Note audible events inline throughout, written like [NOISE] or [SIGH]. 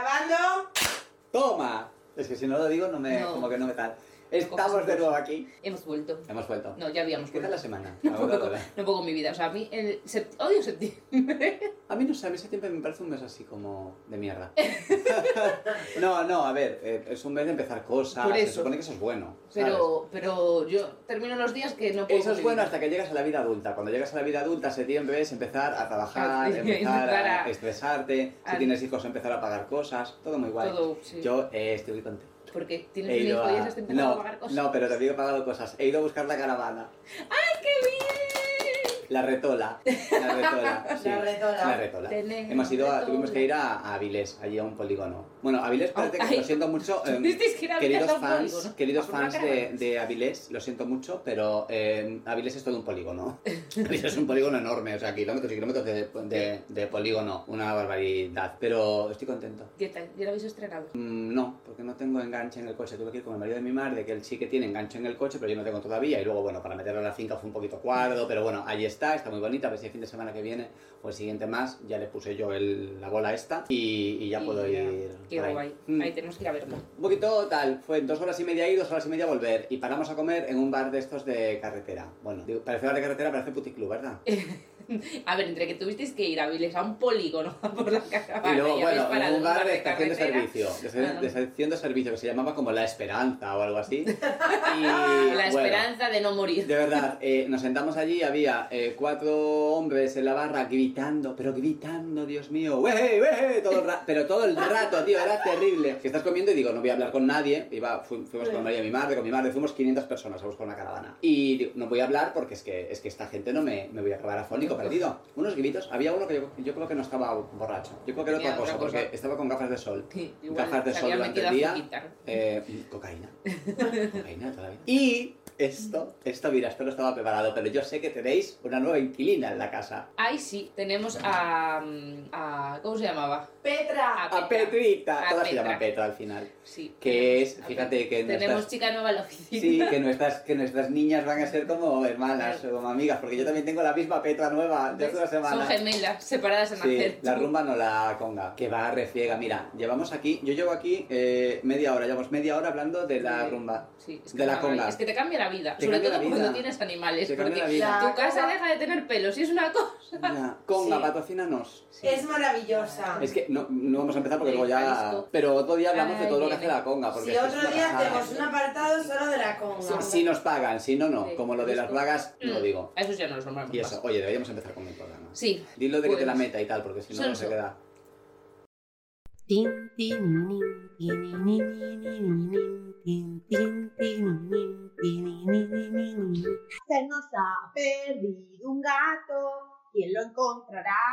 Grabando. ¡Toma! Es que si no lo digo, no me, No. como que no me tal. coges Estamos de impulso. nuevo aquí. Hemos vuelto. Hemos vuelto. No, ya habíamos ¿Qué tal la vuelto. semana? No puedo, con- Agotadora. no puedo con mi vida. O sea, a mí el sept- odio septiembre. [LAUGHS] A mí no sé, a mí septiembre me parece un mes así como de [LAUGHS] mierda. no, no, a ver, eh, es un mes de empezar cosas. Por Se eso. supone que eso es bueno. ¿sabes? Pero, pero yo termino los días que no puedo. Eso con es mi bueno vida. hasta que llegas a la vida adulta. Cuando llegas a la vida adulta, septiembre es empezar a [LAUGHS] trabajar, Sí, empezar empezar a a- estresarte. Si al- tienes hijos, empezar a pagar cosas. Todo muy guay. Todo, sí. Yo eh, estoy muy contento. Porque tienes He un ido a- hijo y pues ya estás empezando no, a pagar cosas. No, pero también he pagado cosas. He ido a buscar la caravana. ¡Qué bien! La retola. La [LAUGHS] retola. sí. La retola. La retola. Tenemos Hemos ido a, retola. Oh, tuvimos que ir a, a Avilés, allí a un polígono. Bueno, Avilés, espérate que Ay. lo siento [LAUGHS] mucho. eh, Tuvisteis que ir a Avilés queridos a un fans, polígono. queridos A por una fans de, de Avilés, lo siento mucho, pero eh, Avilés es todo un [LAUGHS] polígono. Avilés es un polígono enorme, o sea, kilómetros y kilómetros de, de- de polígono. Una barbaridad. Pero estoy contento. ¿Qué tal? ¿Ya lo habéis estrenado? Mm, No, porque no tengo enganche en el coche. Tuve que ir con el marido de mi madre, que él sí que tiene enganche en el coche, pero yo no tengo todavía. Y luego, bueno, para meterlo en la finca fue un poquito cuerdo, pero bueno, ahí está, está muy bonita. A ver si el fin de semana que viene o el siguiente más, ya le puse yo el- la bola esta y, y ya Y puedo ir. Qué por ahí. guay. Mm. Ahí tenemos que ir a verlo. Un poquito tal, fue dos horas y media ir, dos horas y media volver. Y paramos a comer en un bar de estos de carretera. Bueno, digo, parece bar de carretera, parece puticlub, ¿verdad? A ver, entre que tuvisteis que ir a Viles a un polígono [LAUGHS] a por la caravana Y luego, y habéis bueno, en parado un bar de estación de carretera, servicio, de, se- Ah. de estación de servicio que se llamaba como La Esperanza o algo así. [LAUGHS] Y, La bueno, esperanza de no morir. [LAUGHS] de verdad, eh, nos sentamos allí, había eh, cuatro hombres en la barra gritando, pero gritando, Dios mío, wey, wey, todo el ra- pero todo el rato, tío, era terrible. Que estás comiendo y digo, no voy a hablar con nadie. Iba, fu- fuimos con María y mi madre, con mi madre, fuimos 500 personas a buscar una caravana. Y digo, no voy a hablar porque es que, es que esta gente no me, me voy a acabar afónico, perdido. Unos gritos, había uno que yo, yo creo que no estaba borracho. Yo creo que era Tenía otra cosa, otra cosa. porque estaba con gafas de sol. Sí, gafas de se sol habían durante metido el a día. finiquitar. Eh, cocaína. [LAUGHS] cocaína todavía. Y esto, esto, mira, esto no estaba preparado, pero yo sé que tenéis una nueva inquilina en la casa. Ahí sí, tenemos a, mm, a- ¿Cómo se llamaba? Petra. A Petra. Petrita. A Todas se Petra. llaman Petra al final. Sí. Que tenemos es, a fíjate que Petra. Tenemos nuestras, chica nueva en la oficina. sí, que, nuestras, que nuestras niñas van a ser como hermanas o como amigas, porque yo también tengo la misma Petra nueva de hace una semana. Son gemelas, separadas en Sí, hacer. la rumba no la conga, que va refriega. Mira, llevamos aquí, yo llevo aquí eh, media hora, llevamos media hora hablando de la Sí. [LAUGHS] rumba. Sí, es que, De la es una conga. maravilla. Es que te cambia la vida, Te sobre cambia todo la vida. cuando tienes animales, Te cambia la porque vida. tu casa deja de tener pelos y es una cosa. Ya, Conga, Sí. patrocínanos. Es maravillosa. Es que no, no vamos a empezar porque Sí, luego ya. Jalisco. Pero otro día hablamos de Ay, todo lo que hace viene. la conga. Porque si es que ¿eh? es otro una día pasada. hacemos un apartado solo de la conga. Si nos pagan, si no, no. Sí. Mm. Como lo de las vagas, no lo digo. A eso ya no los nombramos Y más. eso, oye, deberíamos empezar con el programa. Sí. Dilo de que te la Pues, meta y tal, porque si no, son no se eso. queda. Tin, tin, nin, tin, nin, nin, nin, nin, tin, tin, tin, nin, tin, nin, nin, nin, nin. Se nos ha perdido un gato, ¿quién lo encontrará?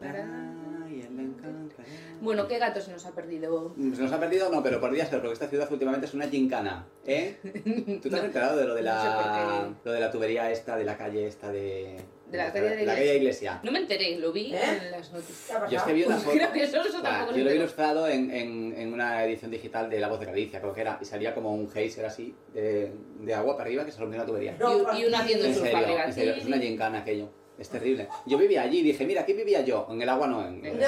Ay, el encanto. Bueno, ¿qué gato se nos ha perdido? Mm, Se nos ha perdido, no, pero podría ser, porque esta ciudad últimamente es una gincana. [LAUGHS] ¿Eh? [LAUGHS] ¿Tú te has No. enterado de lo de No la. sé por lo de la tubería esta, de la calle esta de. De la calle de la iglesia. iglesia. No me enteré, lo vi ¿Eh? en las ¿Qué noticias. Pues ha pasado? Yo es que vi una foto. Creo que eso, eso Claro, tampoco se yo lo he enteró. ilustrado en, en- en una edición digital de La Voz de Galicia, creo que era, y salía como un geyser así de, de agua para arriba que se lo una tubería. Y, y uno haciendo En sus serio, en barrigas. serio, es una gincana aquello. Es terrible. Yo vivía allí y dije, mira, aquí vivía yo. En el agua no, en, en-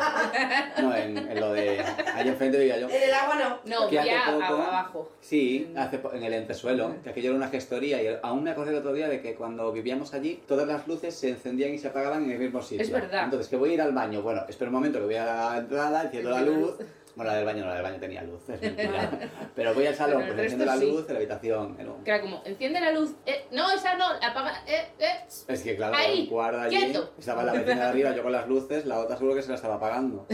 [LAUGHS] no, en, en lo de... Allí enfrente vivía yo. En el agua no. No, Que hace ya poco- ¿eh? ab- abajo. Sí, hace po- en el entresuelo, que aquello era una gestoría. Y aún me acordé el otro día de que cuando vivíamos allí, todas las luces se encendían y se apagaban en el mismo sitio. Es verdad. Entonces, que voy a ir al baño. Bueno, espero un momento que voy a la entrada, enciendo la Enciendo la luz. Bueno, la del baño no, la del baño tenía luz, es [LAUGHS] mentira. Pero voy al salón, Pero el pues enciendo la resto sí. luz, en la habitación. en un- Que era como, enciende la luz. eh, no, esa no, apaga. Eh, eh. Es que claro, Ahí, un cuarto allí, quieto. estaba la vecina de arriba, yo con las luces, la otra seguro que se la estaba [LAUGHS] apagando.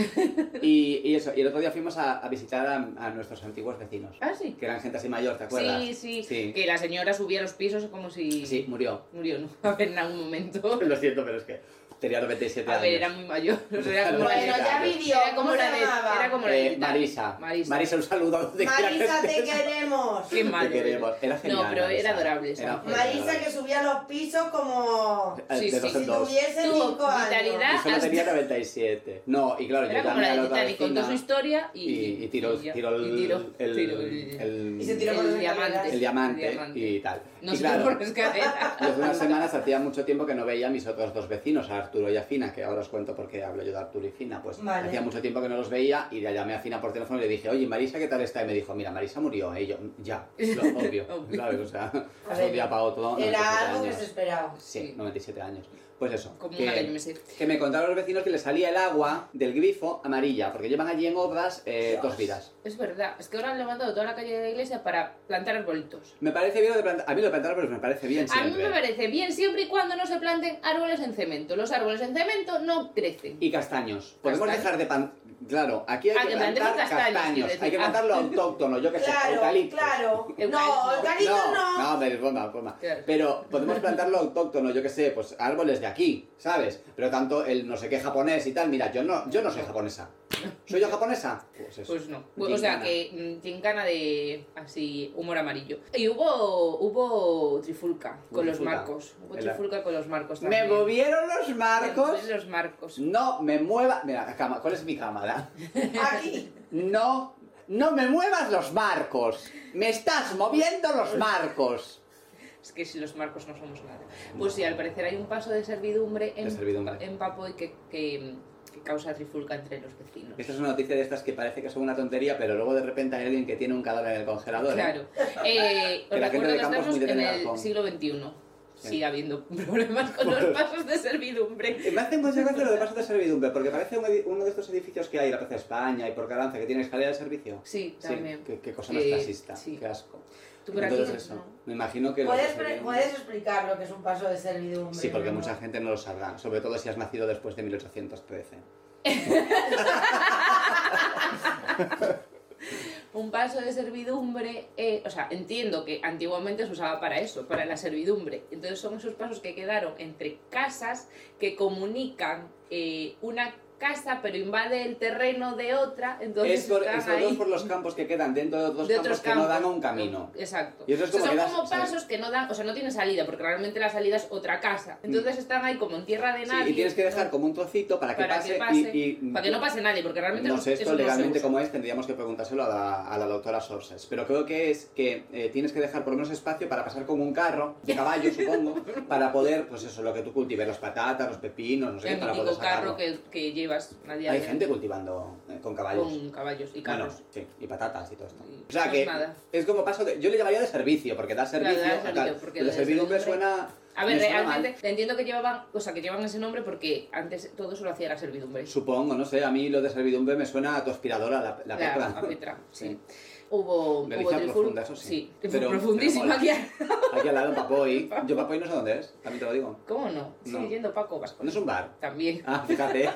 Y, y eso, y el otro día fuimos a, a visitar a, a nuestros antiguos vecinos, Ah, sí. que eran gente así mayor, ¿te acuerdas? Sí, sí, Sí. Que la señora subía los pisos como si Sí, murió. murió, ¿no? [LAUGHS] A ver, en algún momento. [LAUGHS] Lo siento, pero es que tenía 97 A años. ver, era muy mayor. O sea, era como la Bueno, de- ya vivió. Era ¿Cómo como se la de. llamaba? Era como la de. Eh, Marisa. Marisa. un saludo. [LAUGHS] donde quiera que Marisa, te estés. queremos. Qué malo. Te queremos. Era genial. No, pero Marisa. era adorable esa mujer. Marisa que subía los pisos como Eh, de Sí, sí, dos si en dos. tuviese Tuvo cinco vitalidad. años. Y solo hasta- tenía 97. No, y claro, Era yo como llamé la a la de otra Titanic, contó su vecina historia y. y, y tiró, ya. tiró el, Y tiró- el, tiró el- Y se tiró con El los diamante. el diamante, el diamante. y tal. No y se tiró claro, por ¿eh? la escalera. desde unas semanas hacía mucho tiempo que no veía a mis otros dos vecinos, a Arturo y a Fina, que ahora os cuento por qué hablo yo de Arturo y Fina, pues Vale. hacía mucho tiempo que no los veía y le llamé a Fina por teléfono y le dije, oye, Marisa, ¿qué tal está? Y me dijo, mira, Marisa murió. ¿eh? Y yo, "Mm, ya, lo obvio, Obvio. ¿sabes? O sea, [LAUGHS] A de un día ver, para otro, 97 era algo que años. se esperaba. Sí, Sí. 97 años. Pues eso, Como que- una que yo me sé. que me contaron los vecinos que le salía el agua del grifo amarilla, porque llevan allí en obras eh, dos vidas. Es verdad, es que ahora han levantado toda la calle de la iglesia para plantar arbolitos. Me parece bien lo de plantar. A mí lo de plantar, pero me parece bien A mí siempre. me parece bien siempre y cuando no se planten árboles en cemento. Los árboles en cemento no crecen. Y castaños. Podemos Castaños. dejar de pan... Claro, aquí hay Ah, que que plantemos plantar castaños, castaños. quiero Hay que decir. plantar lo autóctono, yo que sé, Claro, eucalipto. claro. No, Eucalipto. eucalipto no. No, pero es broma, broma. Claro. Pero podemos plantar lo autóctono, yo que sé, pues árboles de aquí, ¿sabes? Pero tanto el no sé qué japonés y tal, mira, yo no, yo no soy japonesa. ¿Soy yo japonesa? Pues eso. Pues no. O sea Gincana. que mm, gincana de así humor amarillo. Y hubo hubo trifulca Hubo con los trifulca. marcos. Hubo Es la- trifulca con los marcos Me también. movieron los Me marcos. moví los marcos. No me muevas. Mira, cama- ¿cuál es mi cámara? Aquí. No, no me muevas los marcos. Me estás moviendo los marcos. Es que si los marcos no somos nada. Pues sí, al parecer hay un paso de servidumbre en, De servidumbre. en Papoy que, que, que causa trifulca entre los vecinos. Esta es una noticia de estas que parece que son una tontería, pero luego de repente hay alguien que tiene un cadáver en el congelador. ¿eh? Claro. Eh, Que os la gente recuerdo de que campo es estamos muy en detenida el con- siglo XXI. Sí. Sigue habiendo [LAUGHS] problemas con los pasos de servidumbre. Eh, Me hace mucha gracia lo de paso de servidumbre, porque parece un edi- uno de estos edificios que hay en la Plaza de España y por Caranza que tiene escalera de servicio. Sí, Sí, también. qué, qué cosa más Eh, clasista, sí. qué asco. Tú por aquí Entonces, no- eso, no. me imagino que... los ¿Puedes, pre- servidumbre- puedes explicar lo que es un paso de servidumbre? Sí, porque mi mucha amor? gente no lo sabrá, sobre todo si has nacido después de 1813. Un paso de servidumbre, eh, o sea, entiendo que antiguamente se usaba para eso, para la servidumbre. Entonces son esos pasos que quedaron entre casas que comunican eh, una casa pero invade el terreno de otra, entonces es por, están es sobre todo ahí por los campos que quedan dentro de otros de campos otros que no dan a un camino. Exacto. Y eso es O sea, como que das- son como ¿sabes? pasos que no dan, o sea, no tiene salida, porque realmente la salida es otra casa. Entonces están ahí como en tierra de Mm. Sí, nadie. y tienes que dejar como un trocito para que, Para pase, que y- pase, y, Para que no pase nadie, porque realmente No eso- sé esto eso no se legalmente usa. cómo es, tendríamos que preguntárselo a la, a la doctora Sorses. Pero creo que es que eh, tienes que dejar por lo menos espacio para pasar con un carro, [LAUGHS] de caballo supongo, para poder, pues eso, lo que tú cultives, las patatas, los pepinos, no sé qué, El para poder mítico sacarlo. carro que, que llevas a día Hay de hoy gente cultivando eh, con caballos. con caballos y Bueno, carros. sí, y patatas y todo esto. Y O sea no que es nada. es como paso de. Yo le llamaría de servicio, porque da servicio. da a servicio, tal. porque Pero lo de de servidumbre servidumbre- suena. A ver, me suena mal. realmente entiendo que llevaban, o sea, que llevan ese nombre porque antes todo eso lo hacía la servidumbre. Supongo, no sé, a mí lo de servidumbre me suena a tu aspiradora, la, la la, Petra. la [LAUGHS] Petra, sí. Hubo, Delicia hubo triful- profunda, eso sí. Pero- profundísimo pero aquí. mola. Aquí al lado en Papoy. Yo Papoy no sé dónde es, también te lo digo. ¿Cómo no? Sigue No. yendo Paco Vasco. No es un bar. También. Ah, fíjate.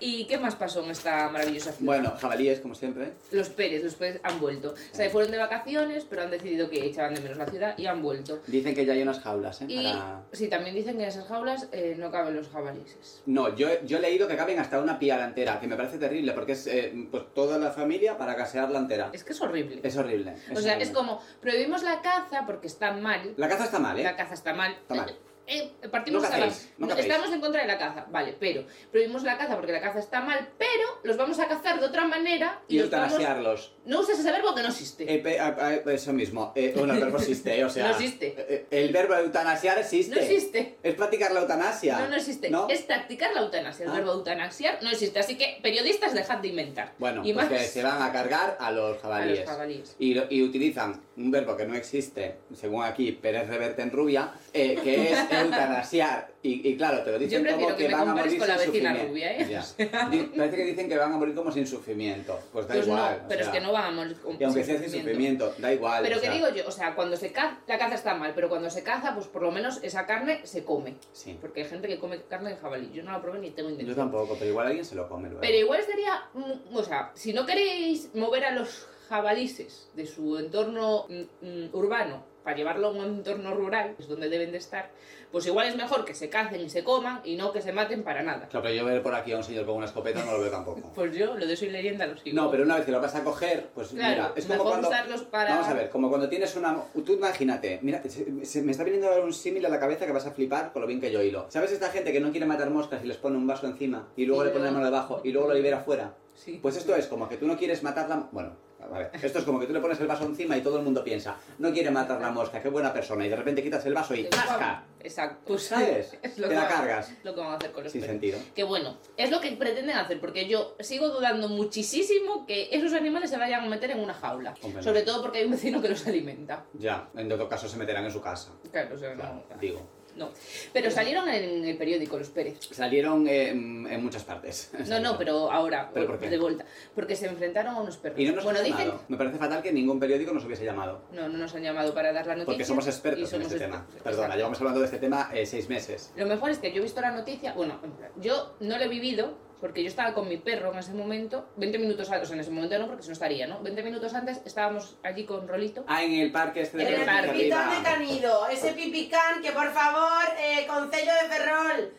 ¿Y qué más pasó en esta maravillosa ciudad? Bueno, jabalíes, como siempre. Los Pérez, los Pérez han vuelto. Se fueron de vacaciones, pero han decidido que echaban de menos la ciudad y han vuelto. Dicen que ya hay unas jaulas, ¿eh? Y Para- sí, también dicen que en esas jaulas eh, no caben los jabalíes. No, yo, yo he leído que caben hasta una pía entera, que me parece terrible, porque es eh, pues toda la familia para casearla entera. Es que es horrible. Es horrible. es o sea, horrible. es como prohibimos la caza porque está mal. La caza está mal, ¿eh? La caza está mal. Está mal. Eh, eh, partimos No a la- cacéis, no cacéis. Estamos en contra de la caza, vale, pero prohibimos la caza porque la caza está mal, pero los vamos a cazar de otra manera y, Y los vamos... eutanasiarlos. No uses ese verbo que no existe. Eh, pe- a- a- eso mismo. Eh, bueno, el verbo existe, [LAUGHS] eh, o sea... No existe. eh, eh, el verbo eutanasiar existe. No existe. Es practicar la eutanasia. No, no existe. ¿No? Es practicar la eutanasia. El Ah. verbo eutanasiar no existe. Así que, periodistas, dejad de inventar. Bueno, y pues que más se van a cargar a los a jabalíes. los jabalíes. y, lo- y utilizan un verbo que no existe, según aquí Pérez Reverte en Rubia, eh, que [LAUGHS] es eutanasiar. Y, y claro, te lo dicen prefiero como que que, me van a compares morir con la sin vecina sufrimiento. rubia, ¿eh? Ya. Di- Parece que dicen que van a morir como sin sufrimiento. Pues da Pues igual. no, o pero sea, es que no van a morir con Y aunque sea sin sufrimiento, da igual. Pero o que sea, digo yo, o sea, cuando se caza, la caza está mal, pero cuando se caza, pues por lo menos esa carne se come. Sí. Porque hay gente que come carne de jabalí. Yo no la probé ni tengo Yo intención. tampoco, pero igual alguien se lo come luego. Pero igual sería, mm, o sea, si no queréis mover a los jabalices de su entorno mm, mm, urbano para llevarlo a un entorno rural, que es donde deben de estar, pues igual es mejor que se cacen y se coman y no que se maten para nada. Claro, pero yo ver por aquí a un señor con una escopeta no lo veo tampoco. [LAUGHS] Pues yo lo de soy leyenda lo sigo. No, pero una vez que lo vas a coger, pues claro, mira, es como mejor cuando... usarlos para... Vamos a ver, como cuando tienes una... Tú imagínate, mira, se, se- me está viniendo ahora un símil a la cabeza que vas a flipar con lo bien que yo hilo. ¿Sabes esta gente que no quiere matar moscas y les pone un vaso encima y luego Y le pone la luego- mano debajo y luego lo libera fuera? Sí. Pues esto es como que tú no quieres matarla... Bueno, A ver, esto es como que tú le pones el vaso encima y todo el mundo piensa, no quiere matar la mosca, qué buena persona, y de repente quitas el vaso y ¡zasca! Exacto. Pues sabes, [LAUGHS] Es te la van a- cargas. Lo que van a hacer con los Sin perros. sentido. Que bueno, es lo que pretenden hacer, porque yo sigo dudando muchísimo que esos animales se vayan a meter en una jaula. Hombre, Sobre todo porque hay un vecino que los alimenta. Ya, en todo caso se meterán en su casa. Claro, o sea, Claro, no. digo. no. Pero salieron en el periódico los Pérez. Salieron eh, en en muchas partes. No, no, pero ahora, ¿Pero por qué? de vuelta. Porque se enfrentaron a unos perros. Y no nos bueno, han dicen. llamado. Me parece fatal que ningún periódico nos hubiese llamado. No, no nos han llamado para dar la noticia. Porque somos y expertos somos en este tema. expertos. Perdona, Exacto. llevamos hablando de este tema eh, seis meses. Lo mejor es que yo he visto la noticia, bueno, en plan, yo no lo he vivido porque yo estaba con mi perro en ese momento, 20 minutos antes, o sea, en ese momento no, porque si no estaría, ¿no? 20 minutos antes estábamos allí con Rolito. Ah, en el parque este de En el Gran pipicán de Arriba. Canido, ese pipicán que por favor, eh, Concello de Ferrol,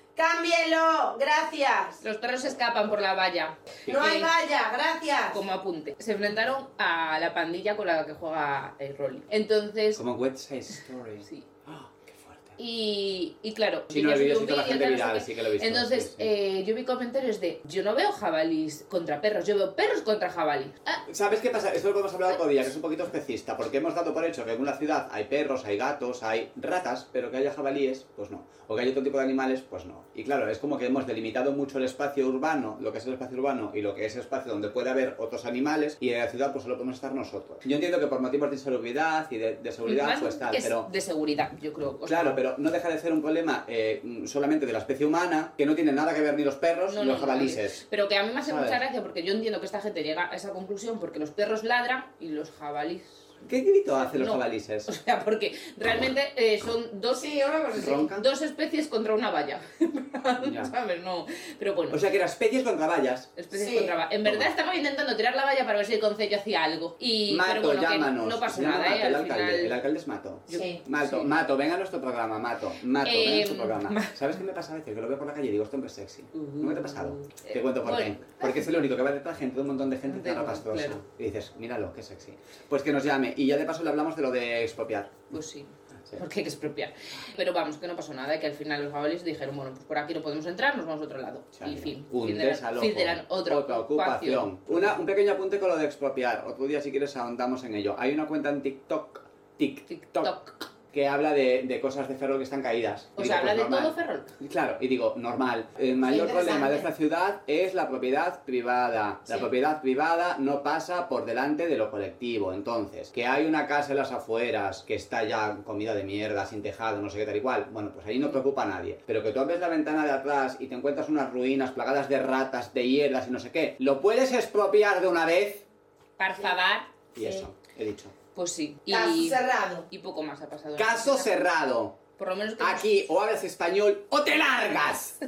cámbielo, gracias. Los perros se escapan por la valla, No hay Sí. valla, gracias. como apunte. Se enfrentaron a la pandilla con la que juega eh, Rolly. Entonces, Como West Side Story. sí. Ah, ¡Qué fuerte! Y, y claro, Sí, no yo lo he subí visto, un sí, toda la vídeo, gente tal, no sé viral, qué. sí que lo he visto. Entonces, sí, sí. eh, yo vi comentarios de, yo no veo jabalís contra perros, yo veo perros contra jabalís. Ah, ¿Sabes qué pasa? Esto lo hemos hablado otro día, que es un poquito especista, porque hemos dado por hecho que en una ciudad hay perros, hay gatos, hay ratas, pero que haya jabalíes, pues no. O que haya otro tipo de animales, pues no. Y claro, es como que hemos delimitado mucho el espacio urbano, lo que es el espacio urbano y lo que es el espacio donde puede haber otros animales, y en la ciudad pues solo podemos estar nosotros. Yo entiendo que por motivos de insalubridad y de, de seguridad, más pues tal, que es pues pero... de seguridad, yo creo. o sea, Claro, pero no deja de ser un problema eh, mm, solamente de la especie humana, que no tiene nada que ver ni los perros No, ni no, los no, jabalíes. Pero que a mí me hace ¿Sabes? mucha gracia porque yo entiendo que esta gente llega a esa conclusión porque los perros ladran y los jabalíes. ¿Qué grito hacen los No. jabalíes? [LAUGHS] O sea, porque realmente eh, son dos, Sí, una cosa así. ¿Roncan? dos especies contra una valla. [LAUGHS] Ya. ¿Sabes? No. Pero bueno, O sea que las especies contra vallas. especies sí. contra valla. En verdad Toma. estaba intentando tirar la valla para ver si el concello hacía algo. Y, Mato, pero bueno, que llámanos. no pasó Se llama nada, Mato, ¿eh? el Al alcalde. final. El alcalde es Mato. Sí. Mato, Sí. Mato, venga a nuestro programa, Mato, Mato, ven a nuestro Eh, programa. ma- ¿Sabes qué me pasa a veces? Que lo veo por la calle y digo, este hombre es sexy. ¿No me te ha pasado? Eh, Te cuento por bueno. qué. Porque es el único que va de traje entre un montón de gente No en la tengo, ropa astrosa. claro. Y dices, míralo, qué sexy. Pues que nos llame. Y ya de paso le hablamos de lo de expropiar. Pues sí. Sí. Porque hay que expropiar. Pero vamos, que no pasó nada, que al final los jabalíes dijeron, bueno, pues por aquí no podemos entrar, nos vamos a otro lado. O sea, y mira, fin. Un fin de la, desalojo. fin de la otra, ocupación. Una- un pequeño apunte con lo de expropiar. Otro día, si quieres, ahondamos en ello. Hay una cuenta en TikTok. Tik- TikTok. que habla de, de cosas de Ferrol que están caídas. O Y digo, sea, habla pues, de normal. todo Ferrol. Y Claro, y digo, normal. El mayor interesante. problema de esta ciudad es la propiedad privada. La Sí. propiedad privada no pasa por delante de lo colectivo. Entonces, que hay una casa en las afueras que está ya comida de mierda, sin tejado, no sé qué tal y cual, bueno, pues ahí no preocupa a nadie. Pero que tú abres la ventana de atrás y te encuentras unas ruinas plagadas de ratas, de hierbas y no sé qué, ¿lo puedes expropiar de una vez? Por favor. Y Sí. eso, he dicho. Pues sí. Caso Y, cerrado. y poco más ha pasado. Caso cerrado. Por lo menos que Aquí o hablas español o te largas.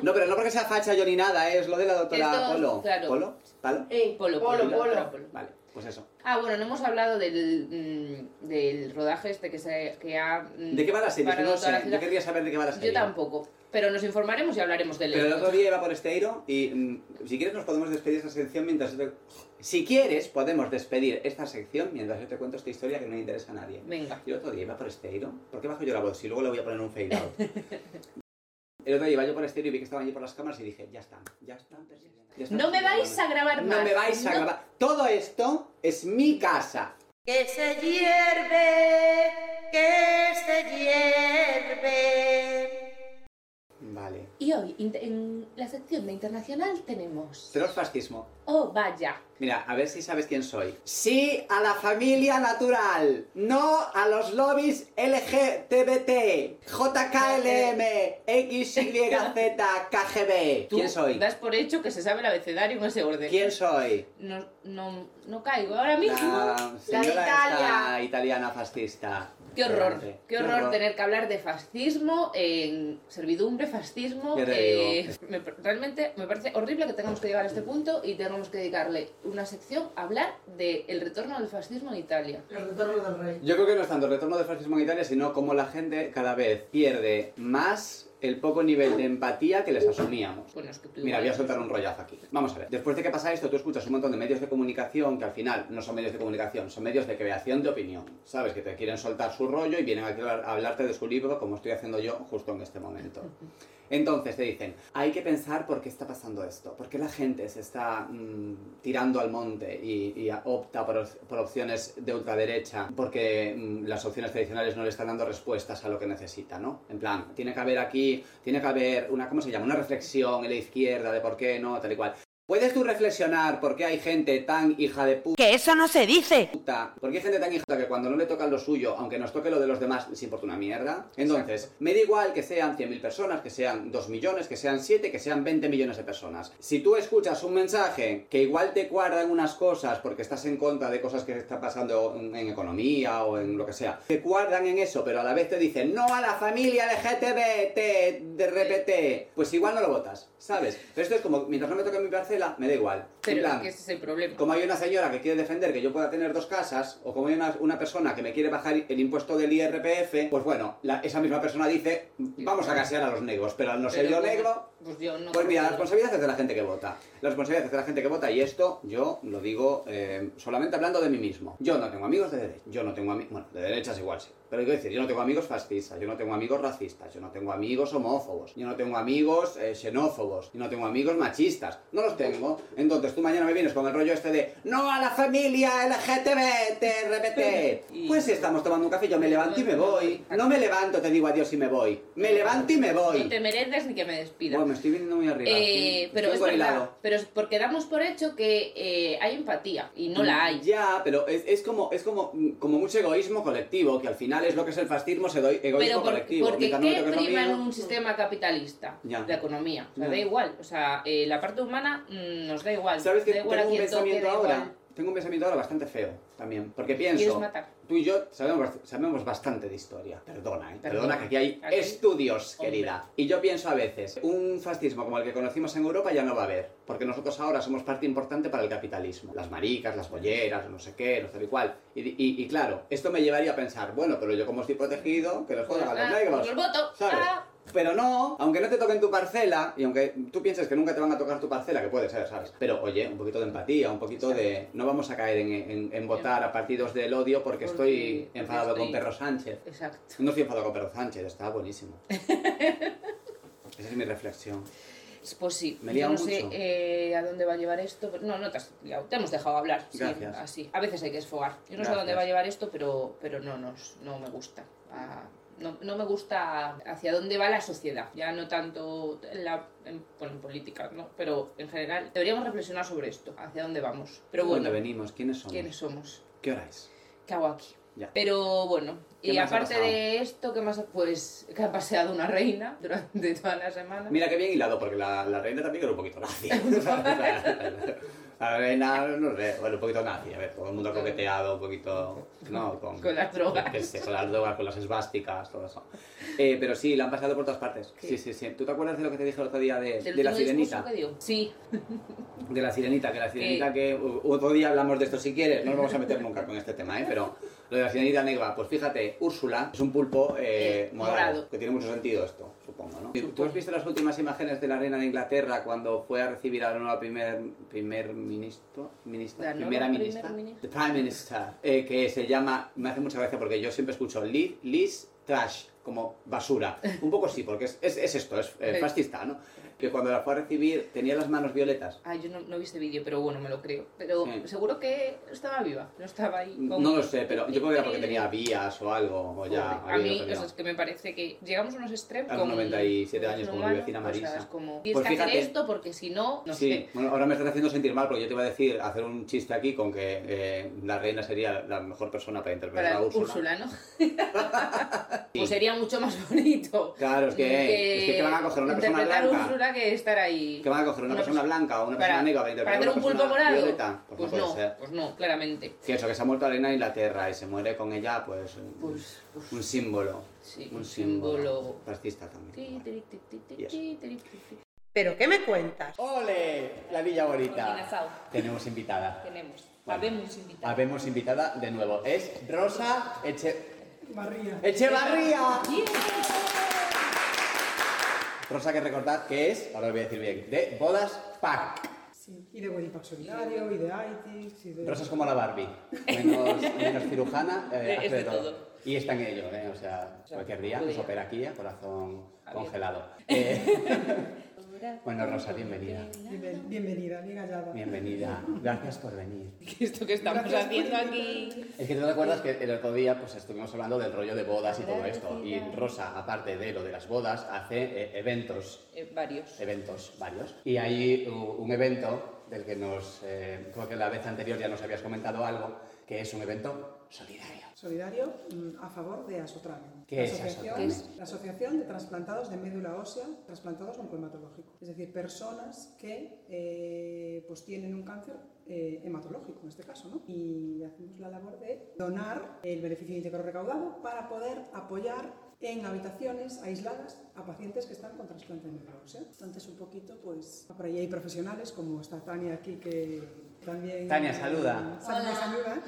No, pero no porque sea facha yo ni nada, ¿eh? es lo de la doctora Esto, Polo. claro. ¿Polo? ¿Palo? Eh, Polo, polo, polo, polo. polo. Vale, pues eso. Ah, bueno, no hemos hablado del, mm, del rodaje este que, se, que ha... mm, ¿De qué va la serie? parado No toda la sé, yo ciudad. quería saber de qué va la serie. Yo tampoco. Pero nos informaremos y hablaremos del Pero el otro día iba por Esteiro y mm, si quieres nos podemos despedir esta sección mientras yo te... Si quieres, podemos despedir esta sección mientras yo te cuento esta historia que no le interesa a nadie. Venga. Yo el otro día iba por Esteiro. ¿Por qué bajo yo la voz? Si luego le voy a poner un fade out. [LAUGHS] El otro día iba yo por Esteiro y vi que estaban allí por las cámaras y dije, ya están, ya están persiguiendo, ya están No me vais a grabar más. No me vais a No. grabar. Todo esto es mi casa. Que se hierve, que se hierve. Vale. Y hoy, in- en la sección de internacional, tenemos... Cero fascismo. Oh, vaya. Mira, a ver si sabes quién soy. Sí a la familia natural. No a los lobbies LGTBT, JKLM, XYZ, KGB. Tú ¿Quién soy? Das por hecho que se sabe el abecedario en ese orden. ¿Quién soy? No, no, no caigo ahora mismo. La señora Italia. esta italiana fascista. Qué horror, Adelante. qué horror, tener que hablar de fascismo, en servidumbre, fascismo. Ya te eh, me- realmente me parece horrible que tengamos que llegar a este punto y tengamos que dedicarle una sección a hablar del retorno del fascismo en Italia. Los retornos del rey. Yo creo que no es tanto el retorno del fascismo en Italia, sino como la gente cada vez pierde más el poco nivel de empatía que les asumíamos. Bueno, es que tú Mira, voy a igual- soltar un rollazo aquí. Vamos a ver. Después de que pasa esto, tú escuchas un montón de medios de comunicación que al final no son medios de comunicación, son medios de creación de opinión. Sabes que te quieren soltar su rollo y vienen aquí a hablar- a hablarte de su libro, como estoy haciendo yo justo en este momento. Entonces te dicen, hay que pensar por qué está pasando esto, por qué la gente se está mm, tirando al monte y, y a- opta por, op- por opciones de ultraderecha, porque mm, las opciones tradicionales no le están dando respuestas a lo que necesita, ¿no? En plan, tiene que haber aquí, tiene que haber una, ¿cómo se llama? Una reflexión en la izquierda de por qué no, tal y cual. ¿Puedes tú reflexionar por qué hay gente tan hija de puta? Que eso no se dice. puta? ¿Por qué hay gente tan hija que cuando no le tocan lo suyo, aunque nos toque lo de los demás, les importa una mierda? Entonces, me da igual que sean 100.000 personas, que sean 2 millones, que sean 7, que sean 20 millones de personas. Si tú escuchas un mensaje que igual te cuadran unas cosas porque estás en contra de cosas que están pasando en, en economía o en lo que sea, te cuadran en eso, pero a la vez te dicen no a la familia LGTBT, de repente, pues igual no lo votas, ¿sabes? Pero esto es como, mientras no me toque mi parcela, me da igual. En Pero es plan, que ese es el problema. como hay una señora que quiere defender que yo pueda tener dos casas, o como hay una, una persona que me quiere bajar el impuesto del IRPF, pues bueno, la- esa misma persona dice, vamos a casear a los negros, pero al no ser Pero yo como- negro, Pues yo no. pues mira, la responsabilidad es de la gente que vota. La responsabilidad es de la gente que vota y esto yo lo digo eh, solamente hablando de mí mismo. Yo no tengo amigos de derecha, yo no tengo amigos, bueno, de derechas igual sí. Pero quiero decir, yo no tengo amigos fascistas, yo no tengo amigos racistas, yo no tengo amigos homófobos, yo no tengo amigos eh, xenófobos, yo no tengo amigos machistas, no los tengo. Entonces tú mañana me vienes con el rollo este de no a la familia LGTB, [LAUGHS] Y- TRBT. Pues si estamos tomando un café, yo me levanto y me voy. No me levanto, te digo adiós y me voy. Me levanto y me No voy. te mereces ni que me despidas. Bueno, me estoy viniendo muy arriba. Eh, Estoy pero es engorilado. verdad, pero es porque damos por hecho que eh, hay empatía y no la hay. Ya, pero es, es como es como, como mucho egoísmo colectivo, que al final es lo que es el fascismo, se doy egoísmo Pero por- colectivo. porque Mientras no me ¿qué toques lo prima en mío- un sistema capitalista? Ya. La economía. O sea, Ya. da igual. O sea, eh, la parte humana mm, nos da igual. ¿Sabes que da igual tengo a un quién toque, pensamiento da ahora? igual. Tengo un pensamiento ahora bastante feo también, porque Quieres pienso, matar. tú y yo sabemos, sabemos bastante de historia, perdona, ¿eh? perdona, Perdona. que aquí hay Aquí- estudios, Hombre. querida. Y yo pienso a veces, un fascismo como el que conocimos en Europa ya no va a haber, porque nosotros ahora somos parte importante para el capitalismo, las maricas, las bolleras, no sé qué, no sé cuál. Y, y- y claro, esto me llevaría a pensar, bueno, pero yo como estoy protegido, que les jodan a los Ah, negros. pues el voto. ¿sabes? Ah, Pero no, aunque no te toquen tu parcela, y aunque tú pienses que nunca te van a tocar tu parcela, que puede ser, ¿sabes? Pero oye, un poquito de empatía, un poquito de... No vamos a caer en, en- en votar a partidos del odio porque, Porque- estoy porque enfadado estoy- con Perro Sánchez. exacto. No estoy enfadado con Perro Sánchez, está buenísimo. Esa es mi reflexión. Pues sí, Me he yo liado no mucho. sé eh, a dónde va a llevar esto. pero- No, no te has liado. Te hemos dejado hablar. sí, Gracias. así. A veces hay que esfogar. Yo no sé a Gracias. dónde va a llevar esto, pero, pero no, nos, no me gusta. Ah, no, no me gusta hacia dónde va la sociedad. Ya no tanto en, la, en, bueno, en política, ¿no? Pero en general deberíamos reflexionar sobre esto. Hacia dónde vamos. Pero ¿Dónde bueno, venimos? ¿Quiénes somos? ¿quiénes somos? ¿Qué hora es? ¿Qué hago aquí? Ya. Pero bueno, ¿Qué y más ha aparte pasado? de esto, ¿qué más? ha- Pues que ha paseado una reina durante toda la semana. Mira qué bien hilado, porque la, la reina también era un poquito nazi. [LAUGHS] O sea, la reina, no sé, bueno, un poquito nazi, a ver, todo el mundo ha coqueteado un poquito, ¿no? Con, Con las drogas. qué sé, con las drogas, con las esvásticas, todo eso. Eh, pero sí, la han pasado por todas partes. Sí. Sí, sí, sí. ¿Tú te acuerdas de lo que te dije el otro día de, Del de la último discurso sirenita? que dio. Sí, De la sirenita, que la sirenita que u- otro día hablamos de esto si quieres, no nos vamos a meter nunca con este [LAUGHS] tema, ¿eh? Pero lo de la sirenita negra, pues fíjate, Úrsula es un pulpo eh, Eh, morado, morado. que tiene mucho sentido esto, supongo, ¿no? ¿Tú Supongo. has visto las últimas imágenes de la reina de Inglaterra cuando fue a recibir a la nueva primer, primer ministro? ministra, La nueva primera primer ministra, ministra. The Prime Minister, eh, que se llama, me hace mucha gracia porque yo siempre escucho Liz, Liz Trash, como basura. Un poco sí, porque es, es- es esto, es eh, Sí. fascista, ¿no? Que cuando la fue a recibir tenía las manos violetas. ah, yo no, no vi este vídeo, pero bueno, me lo creo. Pero Sí. seguro que estaba viva, no estaba ahí. con- No lo sé, pero yo creo que era porque tenía vías o algo, o ya. Pobre. A había mí, salido. eso es que me parece que llegamos a unos extremos. A los 97 años, lo como mi malo, vecina o sea, Marisa. es como, tienes Pues que hacer fíjate. esto porque si no, no sí, sé. bueno, ahora me estás haciendo sentir mal porque yo te iba a decir, hacer un chiste aquí con que eh, la reina sería la mejor persona para interpretar Para a Úrsula. [LAUGHS] Úrsula, ¿no? Pues sería mucho más [LAUGHS] bonito. Claro, es que, es que, ¿qué van a coger una persona interpretar blanca. Úrsula que estar ahí. ¿Qué van a coger una, Una persona persona- blanca o una para- persona negra para para interpretar hacer a un una pulpo persona morado. violeta? Pues, Pues no no, puede ser. pues no, claramente. Que eso, que se ha muerto la reina de Inglaterra y se muere con ella, pues, un- Pues, pues, un símbolo. sí, Un un símbolo. símbolo. Fascista también. Ti, tiri, ti, ti, ti, Yes. ti, tiri, ti, ti. ¿Pero qué me cuentas? ¡Ole! La Villa Cocina asado. Tenemos invitada. Tenemos. Bueno. Habemos invitado. Habemos invitada de nuevo. Es Rosa Eche... Echevarría. Rosa que recordad que es, ahora lo voy a decir bien, de Bodas Pack. Sí, y de Wedding Pack Solidario, y de ITIX, y de... Rosa es como la Barbie, menos, menos cirujana, eh, Es hace de de todo. todo. Y está en ello, ¿eh? o sea, cualquier día nos opera aquí a corazón [LAUGHS] congelado. Eh, bueno, Rosa, bienvenida. Bienven- Bienvenida, bien hallada. Bienvenida. Gracias por [LAUGHS] venir. Esto que estamos Gracias por haciendo aquí. invitarme. Es que tú te acuerdas que el otro día pues estuvimos hablando del rollo de bodas y todo esto. Y Rosa, aparte de lo de las bodas, hace eh, eventos, Eh, varios. eventos varios. Y hay u- un evento del que nos, eh, creo que la vez anterior ya nos habías comentado algo, que es un evento solidario. Solidario mm, a favor de Asotramen. ¿Qué La es asociación, Asotramen? La Asociación de Transplantados de Médula Ósea, Transplantados Oncohematológico. Es decir, personas que eh, pues tienen un cáncer eh, hematológico, en este caso, ¿no? Y hacemos la labor de donar el beneficio íntegro recaudado para poder apoyar en habitaciones aisladas a pacientes que están con trasplante de médula ósea. Entonces, un poquito, pues, por ahí hay profesionales, como está Tania aquí, que también... Tania, saluda. Saluda, saluda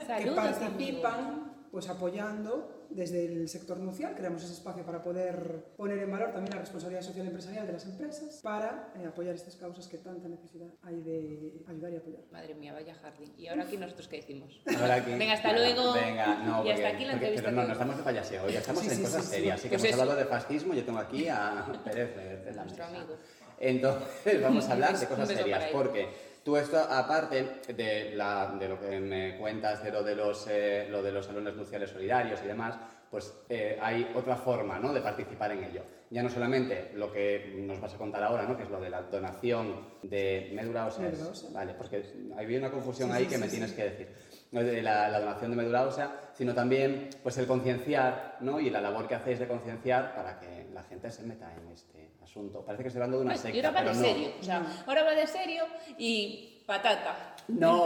que Saludos, participan pues apoyando desde el sector nucial, creamos ese espacio para poder poner en valor también la responsabilidad social empresarial de las empresas para eh, apoyar estas causas que tanta necesidad hay de ayudar y apoyar. Madre mía, vaya jardín. ¿Y ahora aquí nosotros [LAUGHS] qué decimos? Ahora aquí- Venga, hasta Nada, luego. Venga, no, Y hasta porque- aquí la porque- entrevista Pero no, que- no estamos de payaseo, ya estamos Sí, en sí, cosas sí, sí. serias. Así que Pues hemos eso. hablado de fascismo, yo tengo aquí a Pérez de, de la Nuestro mesa. amigo. Pues Entonces, [LAUGHS] vamos [LAUGHS] a hablar de Un cosas beso serias, para él. porque tú esto, aparte de, la, de lo que me cuentas de lo de los, eh, lo de los salones nuciales solidarios y demás, pues eh, hay otra forma ¿no? de participar en ello. Ya no solamente lo que nos vas a contar ahora, ¿no? que es lo de la donación de médula ósea. es- Médula ósea. Vale, porque había una confusión Sí, ahí sí, que sí, me sí. tienes que decir. No es de La, la donación de médula ósea, sino también pues el concienciar ¿no? y la labor que hacéis de concienciar para que la gente se meta en este asunto. Parece que estoy hablando de una Pues, Ay, secta, y ahora va pero de no. serio. O Mm. sea, ahora va de serio y patata. No,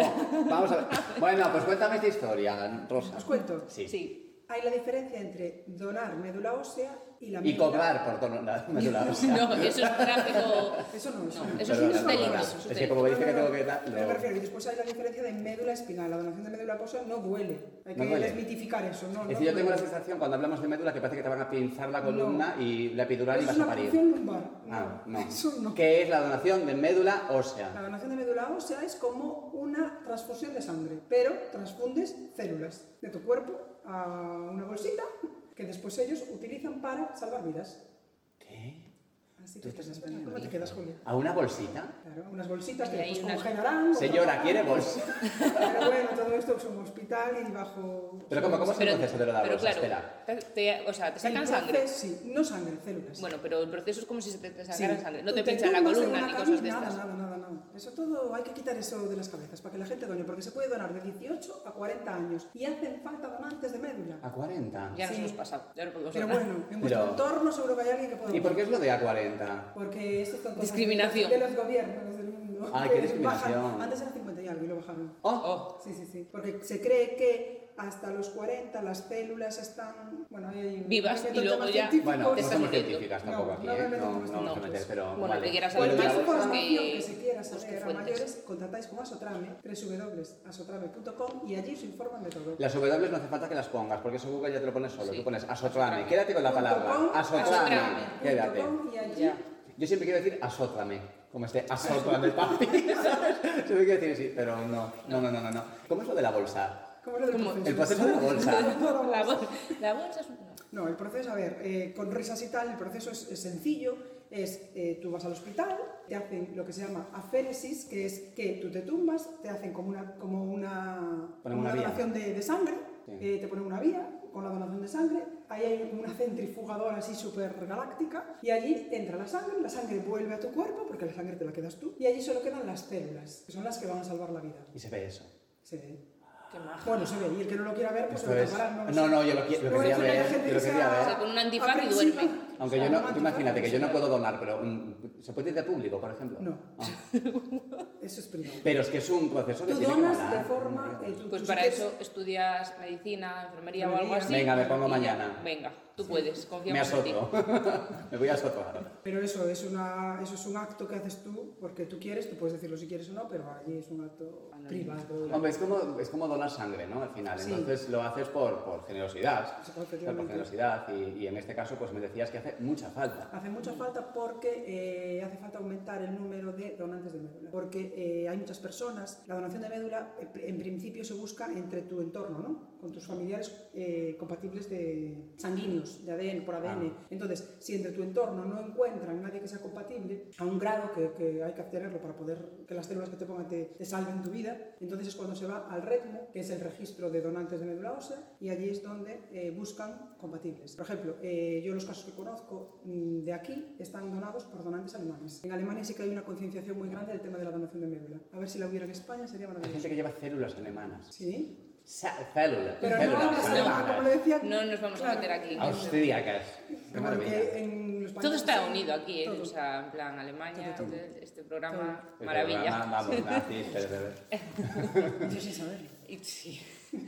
vamos a ver. Bueno, pues cuéntame esta historia, Rosa. Os cuento. Sí. [LAUGHS] Sí. Hay la diferencia entre donar médula ósea y la Y médula- cobrar por todo la médula ósea. [LAUGHS] No, eso es [LAUGHS] tráfico. Eso no, eso No, eso no. es Perdona, unos perdona. delitos, eso es Es que delito. como me dice No, que no, no. tengo que dar... Pero me refiero que después hay la diferencia de médula espinal. La donación de médula ósea no duele. Hay No que duele. desmitificar eso. No, Es no decir, yo tengo la duele. sensación cuando hablamos de médula que parece que te van a pinzar la columna y la epidural y Es vas a una parir. función lumbar. No, Ah, no. [LAUGHS] Eso no. Que es la donación de médula La ósea. donación de médula ósea es como una transfusión de sangre, pero transfundes células de tu cuerpo a una bolsita que después ellos utilizan para salvar vidas. ¿Qué? Así ¿Tú que estás ¿cómo te quedas, Julia? ¿A una bolsita? Claro, unas bolsitas que Y hay después unas- congelarán. otro- Señora, ¿quiere bolsa? [LAUGHS] Pero bueno, todo esto es un hospital y bajo... Pero ¿cómo, cómo es el Pero, proceso de lo de la pero bolsa? claro, Espera. te- te- o sea, te sacan El sangre. proceso- Sí, no sangre, células. Bueno, pero el proceso es como si se te te sacaran Sí. sangre. No te, Tú pinchan la tumbas en columna una ni cama cosas y de nada, estas. Nada, nada, nada. Eso todo hay que quitar eso de las cabezas para que la gente done, porque se puede donar de 18 a 40 años y hacen falta donantes de médula. ¿A 40? Ya nos Sí. hemos pasado. Ya no podemos Pero hablar. bueno, en vuestro Pero- entorno seguro que hay alguien que pueda. ¿Y por qué es lo de A40? Porque esto es Discriminación. De los gobiernos del mundo. Ah, qué Que discriminación. bajan. Antes era 50 y algo y lo bajaron. [LAUGHS] Oh, Sí, sí, sí. Porque se cree que hasta los 40 las células están. Bueno, ahí hay un Vivas método y luego ya- tema científico. Bueno, no Te estás somos muriendo. científicas No, tampoco aquí, no me ¿eh? meto No, en no los vamos a temas. meter, pero Bueno, vale. que Lo quieras de Cualquier saber la más, bolsa- pues, información que- que se quiera busque saber a fuentes. mayores, contactáis con Asotrame, www.asotrame.com y allí os informan de todo. Las W no hace falta que las pongas, porque eso Google ya te lo pones solo. Sí. Tú pones asotrame. Quédate con la palabra. Punto com, Asotrame. asotrame, Quédate. punto com Y allí Ya. Yo siempre quiero decir asótrame, como este asótrame papi, ¿sabes? Siempre quiero decir así, pero no, no, no, no, no, no. ¿Cómo es lo de la bolsa? ¿Cómo lo del ¿Cómo? proceso? El proceso de la [LAUGHS] bolsa. La, bol- la bolsa es un... no. No, el proceso, a ver, eh, con risas y tal, el proceso es, es sencillo. Es, eh, tú vas al hospital, te hacen lo que se llama aféresis, que es que tú te tumbas, te hacen como una, como una, Ponen una una vía. donación de, de sangre, Sí. eh, te ponen una vía con la donación de sangre, ahí hay como una centrifugadora así súper galáctica, y allí entra la sangre, la sangre vuelve a tu cuerpo, porque la sangre te la quedas tú, y allí solo quedan las células, que son las que van a salvar la vida. Y se ve eso. Se ve. Qué maja. Bueno, se ve, y el que no lo quiera ver, pues Esto se lo es- tapará, lo no, sé. no, yo lo qui- lo Luego quería dicen, hay ver, gente "Ah, yo lo que quería sea ver. O sea, con un antifaz y aprensiva. duerme. Aunque yo no, tú Romántica, imagínate que yo no puedo aprensiva. donar, pero mm, ¿se puede ir de público, por ejemplo? No. Ah. Eso es privado. Pero es que es un proceso que Tú tiene que donas molar. de forma... eh, tú- Pues tú para sí que- eso estudias medicina, enfermería o algo Enfermería. así. Venga, me pongo Y- mañana. Venga. Tú puedes, Me confiamos en ti. asoto. [LAUGHS] Me voy a azotar ahora. Pero eso es, una, eso es un acto que haces tú porque tú quieres, tú puedes decirlo si quieres o no, pero allí es un acto privado. Hombre, es como, es como donar sangre, ¿no? Al final. Sí. Entonces lo haces por, por generosidad. Sí, O sea, por efectivamente. generosidad. Y, y en este caso, pues me decías que hace mucha falta. Hace mucha falta porque eh, hace falta aumentar el número de donantes de médula. Porque eh, hay muchas personas. La donación de médula, eh, en principio, se busca entre tu entorno, ¿no? Con tus familiares eh, compatibles de sanguíneos, de ADN, por ADN. Ah. Entonces, si entre tu entorno no encuentran nadie que sea compatible, a un grado que, que hay que obtenerlo para poder que las células que te pongan te, te salven tu vida, entonces es cuando se va al RETMO, que es el registro de donantes de médula ósea, y allí es donde eh, buscan compatibles. Por ejemplo, eh, yo los casos que conozco mm, de aquí están donados por donantes alemanes. En Alemania sí que hay una concienciación muy grande del tema de la donación de médula. A ver si la hubiera en España sería Hay gente maravilloso. que lleva células alemanas. Sí, Sa- Células. pero no células vamos a alemanas. como lo decía. No nos vamos a Claro. meter aquí. Austríacas. Qué maravilla. Porque en los Todo países está así, unido aquí, ¿eh? todo. o sea, en plan Alemania, Todo, todo. este- este programa, Pero maravilla. va- Vamos, [LAUGHS] nazis, pero- pero- Yo sin saberlo. Y sí. [LAUGHS]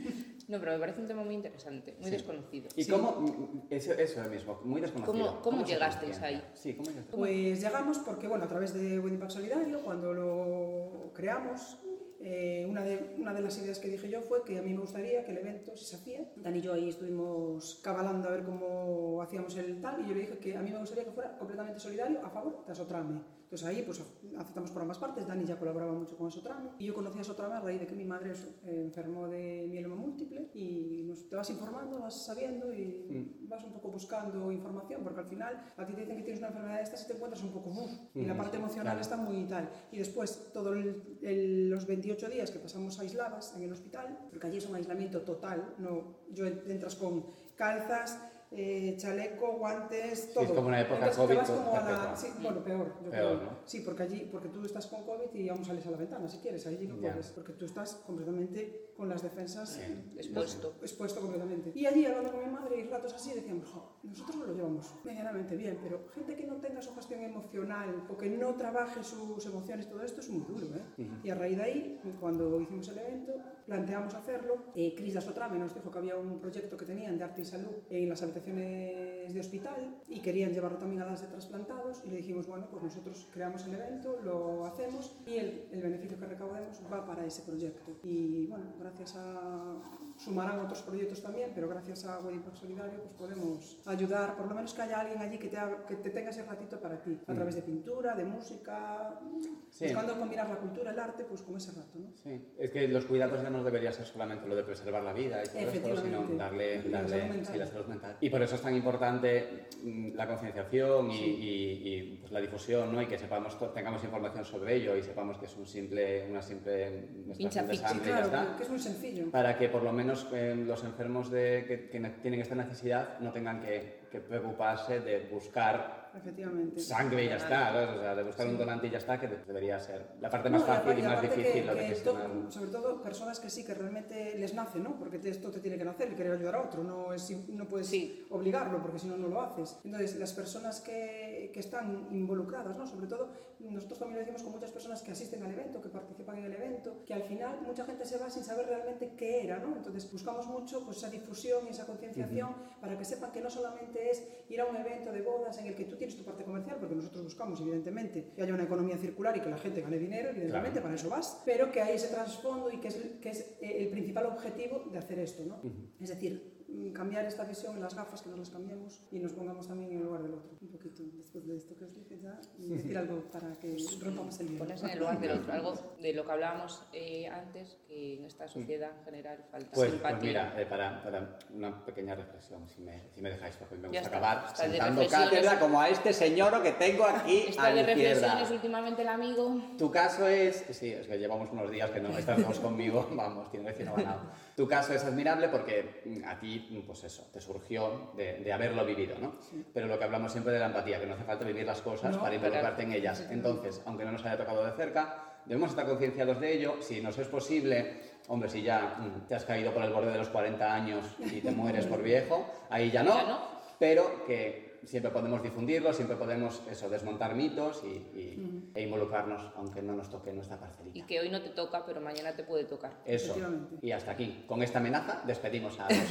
No, pero me parece un tema muy interesante, muy Sí. desconocido. ¿Y cómo? mm, Eso, eso mismo, muy desconocido. ¿Cómo- cómo se llegasteis financia? ahí? Sí, ¿cómo llegasteis? Pues llegamos porque, bueno, a través de Buen Impact Solidario, cuando lo creamos, eh, una, de, una de las ideas que dije yo fue que a mí me gustaría que el evento, si se hacía, Dan y yo ahí estuvimos cabalando a ver cómo hacíamos el tal, y yo le dije que a mí me gustaría que fuera completamente solidario a favor de Asotrame. Entonces ahí pues aceptamos por ambas partes, Dani ya colaboraba mucho con Asotrame, y yo conocí a Asotrame a raíz de que mi madre eso, eh, enfermó de mieloma múltiple, y nos, te vas informando, vas sabiendo, y Mm. vas un poco buscando información, porque al final a ti te dicen que tienes una enfermedad de estas y te encuentras un poco... "Uf", y la Mm, parte sí, emocional claro. está muy tal. Y después, todos los 28 días que pasamos aisladas en el hospital, porque allí es un aislamiento total, no, yo entras con calzas, eh, chaleco, guantes, todo. es como una época Entonces, COVID, te vas todo como a está la- peor. sí, bueno, peor, yo Peor, creo. ¿no? Sí, porque allí, porque tú estás con COVID y aún sales a la ventana si quieres, allí no Ya. puedes, porque tú estás completamente con las defensas Sí. Expuesto. expuesto completamente. Y allí hablando con mi madre y ratos así decíamos, "Jo, nosotros lo llevamos medianamente bien, pero gente que no tenga su gestión emocional o que no trabaje sus emociones, todo esto es muy duro. ¿eh? Y a raíz de ahí, cuando hicimos el evento, planteamos hacerlo. Eh, Cris de Asotrame nos dijo que había un proyecto que tenían de arte y salud en las habitaciones de hospital y querían llevarlo también a las de trasplantados y le dijimos, bueno, pues nosotros creamos el evento, lo hacemos y el, el beneficio que recaudemos va para ese proyecto. Y bueno, gracias a sumarán otros proyectos también, pero gracias a Wedding Park Solidario pues podemos ayudar, por lo menos que haya alguien allí que te, haga- que te tenga ese ratito para ti, a través de pintura, de música, Mm. Sí. buscando combinar la cultura, el arte, pues con ese rato, ¿no? Sí, es que los cuidados ya no debería ser solamente lo de preservar la vida y todo esto, sino Efectivamente. darle, Y la darle salud mental. sí, la salud mental. Y por eso es tan importante mm, la concienciación y, y- y, pues, la difusión, ¿no? Y que sepamos, to- tengamos información sobre ello y sepamos que es un simple, una simple Pincha extracción de picha. sangre y ya claro, está. que es muy sencillo. Para que por lo menos eh, los enfermos de, que, que ne- tienen esta necesidad no tengan que, que preocuparse de buscar Efectivamente. sangre y ya está, ¿sabes? O sea, de buscar un donante y ya está, que de- debería ser la parte más No, y apa- fácil y, y más aparte que- difícil la de que gestionar. to- sobre todo personas que sí, que realmente les nace, ¿no? Porque te- esto te tiene que nacer, el querer ayudar a otro, no, es, no puedes Sí. obligarlo porque si no, no lo haces. Entonces, las personas que, que están involucradas, ¿no? Sobre todo, nosotros también lo decimos con muchas personas que asisten al evento, que participan en el evento, que al final mucha gente se va sin saber realmente qué era, ¿no? Entonces, buscamos mucho pues, esa difusión y esa concienciación para que sepan que no solamente es ir a un evento de bodas en el que tú tienes tu parte comercial, porque nosotros buscamos, evidentemente, que haya una economía circular y que la gente gane dinero, evidentemente, Claro. para eso vas, pero que hay ese trasfondo y que es, que es eh, el principal objetivo de hacer esto, ¿no? Es decir, mm, cambiar esta visión en las gafas, que nos las cambiemos y nos pongamos también en el lugar del otro. Un poquito después de esto que os dije ya, y decir algo para que rompamos el hielo. Ponerse Pues en el lugar del [LAUGHS] otro, algo de lo que hablábamos eh, antes, que en esta sociedad en general Pues, falta pues simpatía. mira, eh, para, para una pequeña reflexión, si me, si me dejáis, porque me gusta está, acabar está de sentando reflexiones. cátedra como a este señor que tengo aquí Esta a la de izquierda. reflexiones últimamente el amigo. Tu caso es, sí, es que llevamos unos días que no estás dos conmigo, [LAUGHS] vamos, tiene recién ganado. Tu caso es admirable porque mm, a ti, mm, pues eso, te surgió de, de haberlo vivido, ¿no? Pero lo que hablamos siempre de la empatía, que no hace falta vivir las cosas No, para involucrarte en ellas. Entonces, aunque no nos haya tocado de cerca, debemos estar concienciados de ello. Si nos es posible, hombre, si ya mm, te has caído por el borde de los 40 años y te mueres por viejo, ahí ya no, Ya no. pero que que siempre podemos difundirlo, siempre podemos eso, desmontar mitos y, y- e involucrarnos, aunque no nos toque nuestra parcelita. Y que hoy no te toca, pero mañana te puede tocar. Eso. Efectivamente. Y hasta aquí. Con esta amenaza despedimos a todos.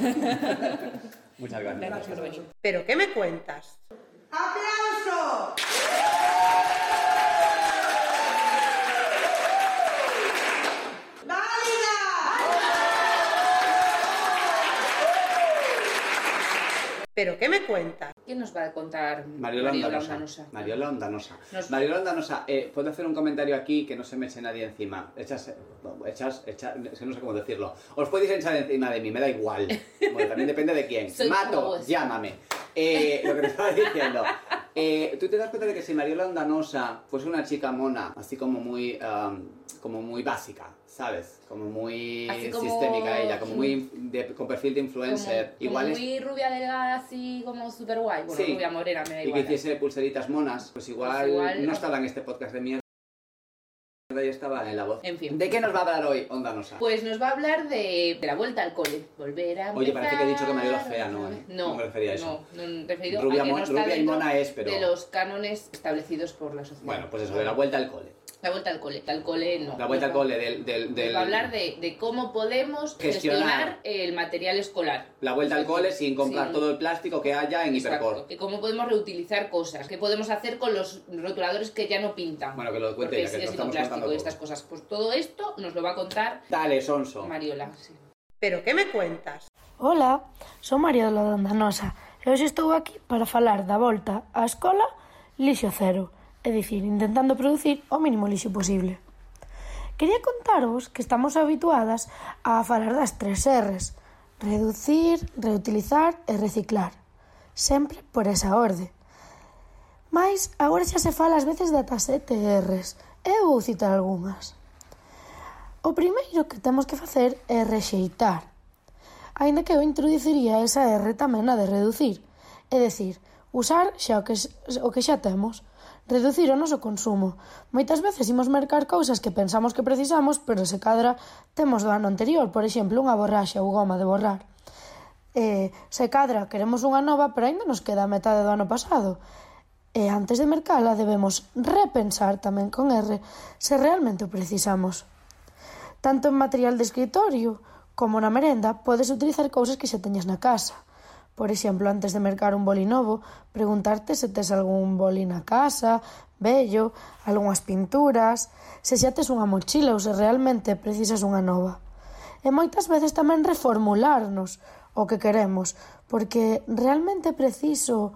Muchas gracias. por venir. ¿Pero qué me cuentas? ¡Aplauso! ¡Válida! ¿Pero qué me cuentas? ¿Qué nos va a contar Mariola Ondanosa. Ondanosa? Mariola Ondanosa. Nos- Mariola Ondanosa, eh, puedo hacer un comentario aquí que no se me eche nadie encima. Echas, echas, echas, es que no sé cómo decirlo. Os podéis echar encima de mí, me da igual. Bueno, también depende de [LAUGHS] quién. Soy como Mato, vos. llámame. Eh, lo que te estaba diciendo. Eh, Tú te das cuenta de que si Mariola Ondanosa fuese una chica mona, así como muy, um, como muy básica, ¿sabes? Como muy Así como- sistémica ella, como muy de- con perfil de influencer. Como, Igual como es- muy rubia delgada, así como súper guay. Bueno, Sí. rubia morena, me da y que igual. hiciese pulseritas monas, pues igual, Pues igual- no estaba en este podcast de mierda y estaba en la voz. En fin. ¿De qué nos va a hablar hoy Onda Nosa? Pues nos va a hablar de, de la vuelta al cole. Volver a Oye, parece que he dicho que Mariola empezar. fea, no, ¿eh? No, No me refería a eso. No, no, referido rubia a que mon- no está rubia y dentro mona es, pero... de los cánones establecidos por la sociedad. Bueno, pues eso, de la vuelta al cole. La vuelta al cole. Al cole no. La vuelta al Nos va- cole del... del, nos del- va a hablar de, de cómo podemos Gestionar. gestionar el material escolar. La vuelta al cole sin comprar Sin- todo el plástico que haya en Hipercor. Exacto. Que cómo podemos reutilizar cosas, qué podemos hacer con los rotuladores que ya no pintan. Bueno, que lo cuente porque ya, es, que lo es estamos plástico contando y todo. estas cosas. Pues todo esto nos lo va a contar Dale, Sonso. Mariola. sí. ¿Pero qué me cuentas? Ola, sou Mariola Dandanosa e hoxe estou aquí para falar da volta á escola lixo cero, é dicir, intentando producir o mínimo lixo posible. Quería contarvos que estamos habituadas a falar das tres R's, reducir, reutilizar e reciclar, sempre por esa orde. Mais agora xa se fala ás veces das sete R's, e eu vou citar algunhas. O primeiro que temos que facer é rexeitar, Ainda que eu introduciría esa R tamén a de reducir, é dicir, usar xa o que, s- o que xa temos, reducir o noso consumo. Moitas veces imos mercar cousas que pensamos que precisamos, pero se cadra temos do ano anterior, por exemplo, unha borraxa ou goma de borrar. E, se cadra queremos unha nova, pero aínda nos queda a metade do ano pasado. E antes de mercala debemos repensar tamén con R se realmente o precisamos tanto en material de escritorio como na merenda, podes utilizar cousas que xa teñas na casa. Por exemplo, antes de mercar un boli novo, preguntarte se tes algún boli na casa, vello, algunhas pinturas, se xa tes unha mochila ou se realmente precisas unha nova. E moitas veces tamén reformularnos o que queremos, porque realmente preciso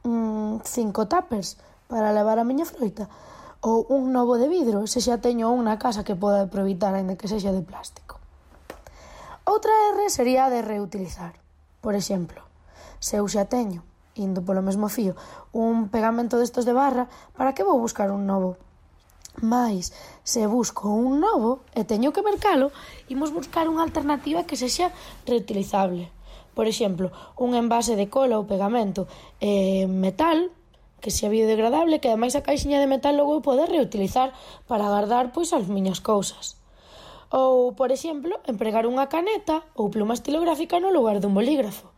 mm, cinco tuppers para levar a miña froita ou un novo de vidro se xa teño un na casa que poda aproveitar aínda que sexa de plástico. Outra R sería a de reutilizar. Por exemplo, se eu xa teño, indo polo mesmo fío, un pegamento destos de barra, para que vou buscar un novo? Mais, se busco un novo e teño que mercalo, imos buscar unha alternativa que sexa reutilizable. Por exemplo, un envase de cola ou pegamento eh, metal, que sea biodegradable, que ademais a caixinha de metal logo eu poder reutilizar para guardar pois as miñas cousas. Ou, por exemplo, empregar unha caneta ou pluma estilográfica no lugar dun bolígrafo.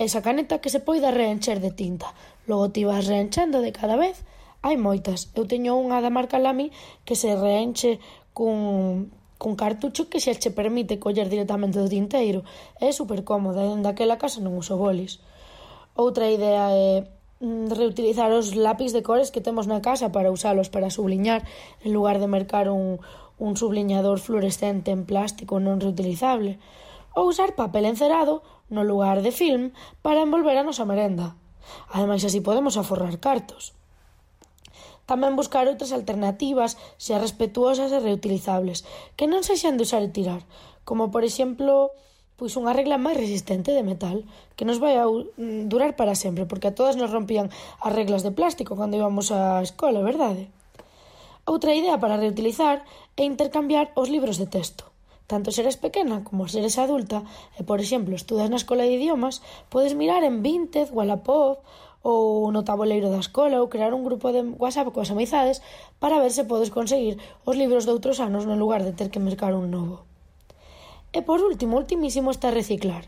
Esa caneta que se poida reencher de tinta. Logo ti vas reenchendo de cada vez. Hai moitas. Eu teño unha da marca Lamy que se reenche cun, cun cartucho que xa che permite coller directamente do tinteiro. É super cómoda, e dende aquela casa non uso bolis. Outra idea é mm, reutilizar os lápis de cores que temos na casa para usalos para subliñar en lugar de mercar un, un subliñador fluorescente en plástico non reutilizable ou usar papel encerado no lugar de film para envolver a nosa merenda. Ademais, así podemos aforrar cartos. Tamén buscar outras alternativas, xa respetuosas e reutilizables, que non sexan de usar e tirar, como por exemplo, pois unha regla máis resistente de metal, que nos vai a u- mm, durar para sempre, porque a todas nos rompían as reglas de plástico cando íbamos á escola, verdade? Outra idea para reutilizar é intercambiar os libros de texto. Tanto se eres pequena como se eres adulta e, por exemplo, estudas na escola de idiomas, podes mirar en Vinted, Wallapop ou no tabuleiro da escola ou crear un grupo de WhatsApp coas amizades para ver se podes conseguir os libros de outros anos no lugar de ter que mercar un novo. E por último, ultimísimo está reciclar.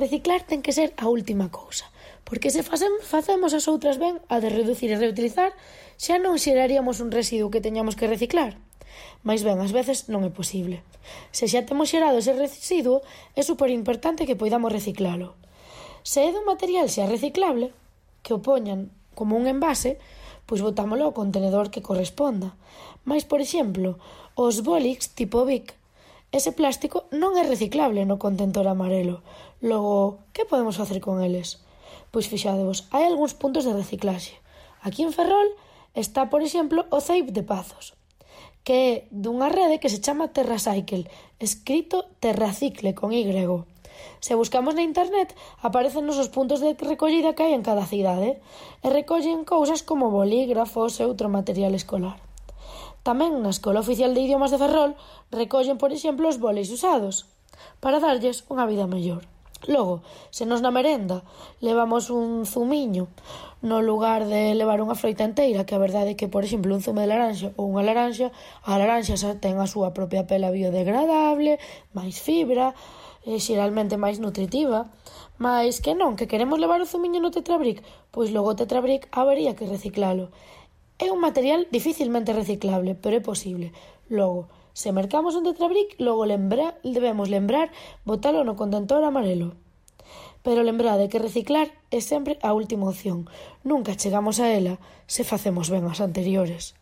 Reciclar ten que ser a última cousa, porque se facem, facemos as outras ben, a de reducir e reutilizar, xa non xeraríamos un residuo que teñamos que reciclar. Mais ben, ás veces non é posible. Se xa temos xerado ese residuo, é super importante que poidamos reciclalo. Se é dun material xa reciclable, que o poñan como un envase, pois botámolo ao contenedor que corresponda. Mais, por exemplo, os bolix tipo Bic, ese plástico non é reciclable no contentor amarelo. Logo, que podemos facer con eles? Pois fixadevos, hai algúns puntos de reciclaxe. Aquí en Ferrol está, por exemplo, o Ceip de Pazos, que é dunha rede que se chama TerraCycle, escrito Terracicle con Y. Se buscamos na internet, aparecenos os puntos de recollida que hai en cada cidade e recollen cousas como bolígrafos e outro material escolar. Tamén na Escola Oficial de Idiomas de Ferrol recollen, por exemplo, os bolis usados para darlles unha vida mellor. Logo, se nos na merenda levamos un zumiño no lugar de levar unha froita enteira, que a verdade é que, por exemplo, un zume de laranxa ou unha laranxa, a laranxa xa ten a súa propia pela biodegradable, máis fibra, e xeralmente máis nutritiva, mas que non, que queremos levar o zumiño no tetrabric, pois logo o tetrabric habería que reciclalo. É un material dificilmente reciclable, pero é posible. Logo, se mercamos un tetrabric, logo lembra, debemos lembrar botalo no contentor amarelo. Pero lembrade que reciclar é sempre a última opción. Nunca chegamos a ela se facemos ben as anteriores.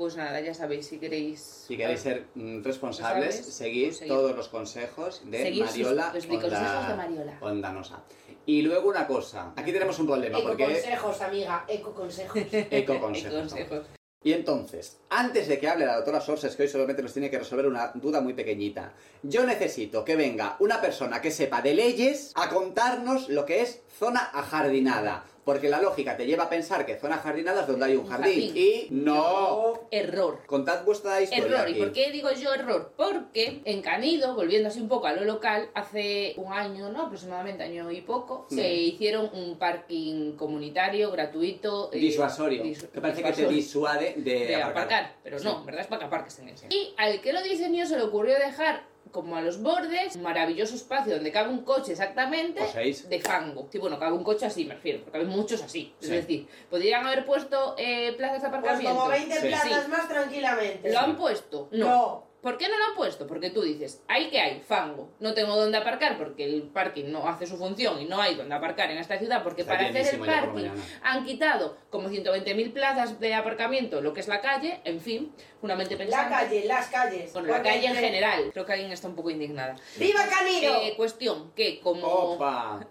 Pues nada, ya sabéis, si queréis... Si queréis ser mm, responsables, ¿Sabes? seguid Pues seguid. todos los consejos de Seguid sus- Mariola los consejos de Mariola. Ondanosa. Y luego una cosa, aquí tenemos un problema porque Ecoconsejos, amiga, ecoconsejos. ecoconsejos. [LAUGHS] consejos. Y entonces, antes de que hable la doctora Sorses, que hoy solamente nos tiene que resolver una duda muy pequeñita, yo necesito que venga una persona que sepa de leyes a contarnos lo que es zona ajardinada. Porque la lógica te lleva a pensar que zona ajardinada es donde hay un Un jardín. jardín. Y no. Error. Contad vuestra historia. Error, ¿y aquí. por qué digo yo error? Porque en Canido, volviendo así un poco a lo local, hace un año, ¿no? Aproximadamente año y poco, Mm. se hicieron un parking comunitario gratuito. eh, Disuasorio. disu- que parece que te disuasorio disuade de, de Eh, aparcar. Pero no, en verdad es para que aparques en ese. Y al que lo diseñó se le ocurrió dejar como a los bordes, un maravilloso espacio donde cabe un coche exactamente O seis. de fango. Sí, bueno, cabe un coche así, me refiero, porque hay muchos así. Es Sí. decir, podrían haber puesto eh, plazas de Pues aparcamiento. como 20 Sí. plazas Sí. más tranquilamente. ¿Lo han puesto? No. ¿Por qué no lo han puesto? Porque tú dices, hay que hay, fango. No tengo dónde aparcar porque el parking no hace su función y no hay dónde aparcar en esta ciudad porque Está para hacer el llenísimo ya por parking mañana. han quitado como 120.000 plazas de aparcamiento, lo que es la calle, en fin, una mente La pensante. calle, las calles. Bueno, la Porque- calle en general. Creo que alguien está un poco indignada. ¡Viva Canido! Eh, cuestión que como... Opa.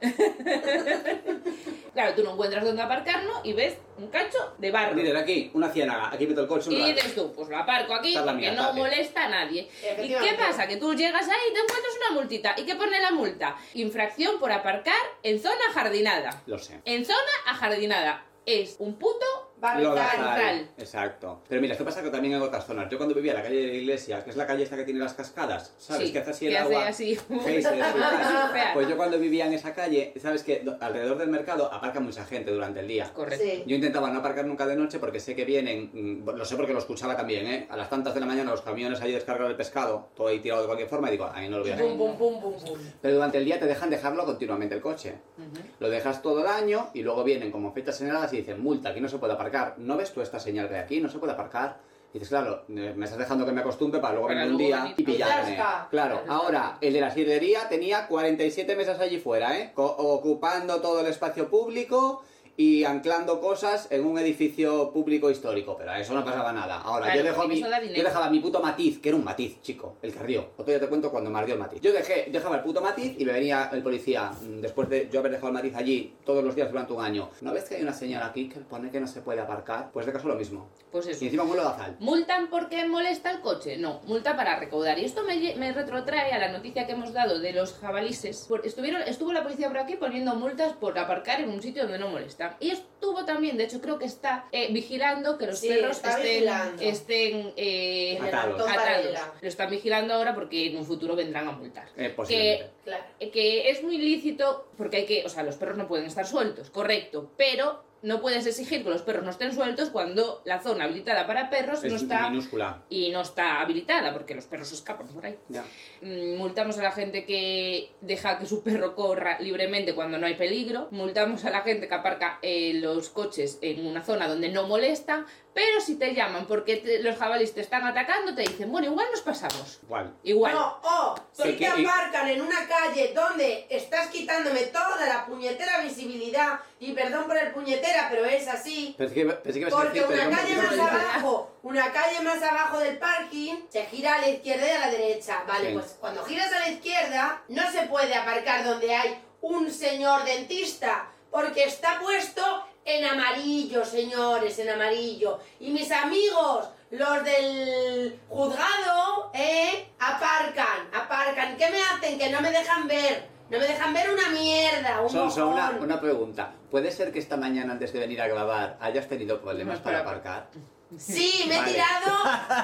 Claro, tú no encuentras dónde aparcarlo y ves un cacho de barro. Líder, aquí, una ciénaga. Aquí meto el coche un Y rato. dices tú, pues lo aparco aquí Está la porque mía, eh". no tate. molesta a nadie. ¿Y qué Efectivamente. pasa? Que tú llegas ahí y te encuentras una multita. ¿Y qué pone la multa? Infracción por aparcar en zona jardinada. Lo sé. En zona ajardinada. Es un puto... Lo Barrical. da Barrical. tal. Exacto. Pero mira, esto pasa que también en otras zonas. Yo cuando vivía en la calle de la iglesia, que es la calle esta que tiene las cascadas, ¿sabes? sí, que hace así el que hace agua. así. [LAUGHS] Sí, sí, sí, sí. Fea. Pues yo cuando vivía en esa calle, sabes que do- alrededor del mercado aparca mucha gente durante el día. Correcto. Sí. Yo intentaba no aparcar nunca de noche porque sé que vienen, mm, lo sé porque lo escuchaba también, ¿eh? A las tantas de la mañana los camiones ahí descargan el pescado, todo ahí tirado de cualquier forma y digo, ahí no lo voy a hacer. Pum, pum, pum, pum, pum. Pero durante el día te dejan dejarlo continuamente el coche. Ujú. Lo dejas todo el año y luego vienen como fechas señaladas y dicen, multa, aquí no se puede aparcar. ¿No ves tú esta señal de aquí? No se puede aparcar. Y dices, claro, eh, me estás dejando que me acostumbre para luego Para venir un luego día venir. y pillarme. Atasca. Claro, Atasca. ahora, el de la sidrería tenía 47 mesas allí fuera, ¿eh? Co- ocupando todo el espacio público y anclando cosas en un edificio público histórico. Pero a eso no pasaba nada. Ahora, Claro, yo, dejo porque mi, eso da yo dinero. dejaba mi puto matiz, que era un matiz, chico, el que ardió. Otro día te cuento cuando me ardió el matiz. Yo dejé, dejaba el puto matiz y me venía el policía, mm, después de yo haber dejado el matiz allí todos los días durante un año. ¿No ves que hay una señal aquí que pone que no se puede aparcar? Pues de caso lo mismo. Pues Y eso. encima vuelo de azal. ¿Multan porque molesta el coche? No, multa para recaudar. Y esto me, lle- me retrotrae a la noticia que hemos dado de los jabalises. Por- Estuvieron, estuvo la policía por aquí poniendo multas por aparcar en un sitio donde no molestan. Y estuvo también, de hecho creo que está eh, vigilando que los Sí, perros está estén, vigilando. estén eh, En el Atados. Antón atados. Varela. Lo están vigilando ahora porque en un futuro vendrán a multar. Eh, posiblemente. Claro. Eh, Que es muy lícito porque hay que, o sea, los perros no pueden estar sueltos, correcto, pero no puedes exigir que los perros no estén sueltos cuando la zona habilitada para perros no es está minúscula. y no está habilitada porque los perros escapan por ahí. Ya. Mm, Multamos a la gente que deja que su perro corra libremente cuando no hay peligro. Multamos a la gente que aparca eh, los coches en una zona donde no molestan. Pero si te llaman porque te- los jabalíes te están atacando, te dicen, bueno, igual nos pasamos. Igual. Igual. No, o Sí, si te que- y- aparcan en una calle donde estás quitándome toda la puñetera visibilidad, y perdón por el puñetera, pero es así, Pensé que, pensé que ibas a porque decir, pero una ¿cómo calle que más no? abajo, una calle más abajo del parking, se gira a la izquierda y a la derecha. Vale, Sí. pues cuando giras a la izquierda, no se puede aparcar donde hay un señor dentista, porque está puesto en amarillo, señores, en amarillo. Y mis amigos, los del juzgado, ¿eh? Aparcan, aparcan. ¿Qué me hacen? Que no me dejan ver. No me dejan ver una mierda, un Sonso, una, mojón. una pregunta. ¿Puede ser que esta mañana antes de venir a grabar hayas tenido problemas No, para para- aparcar? Sí, me he Vale. tirado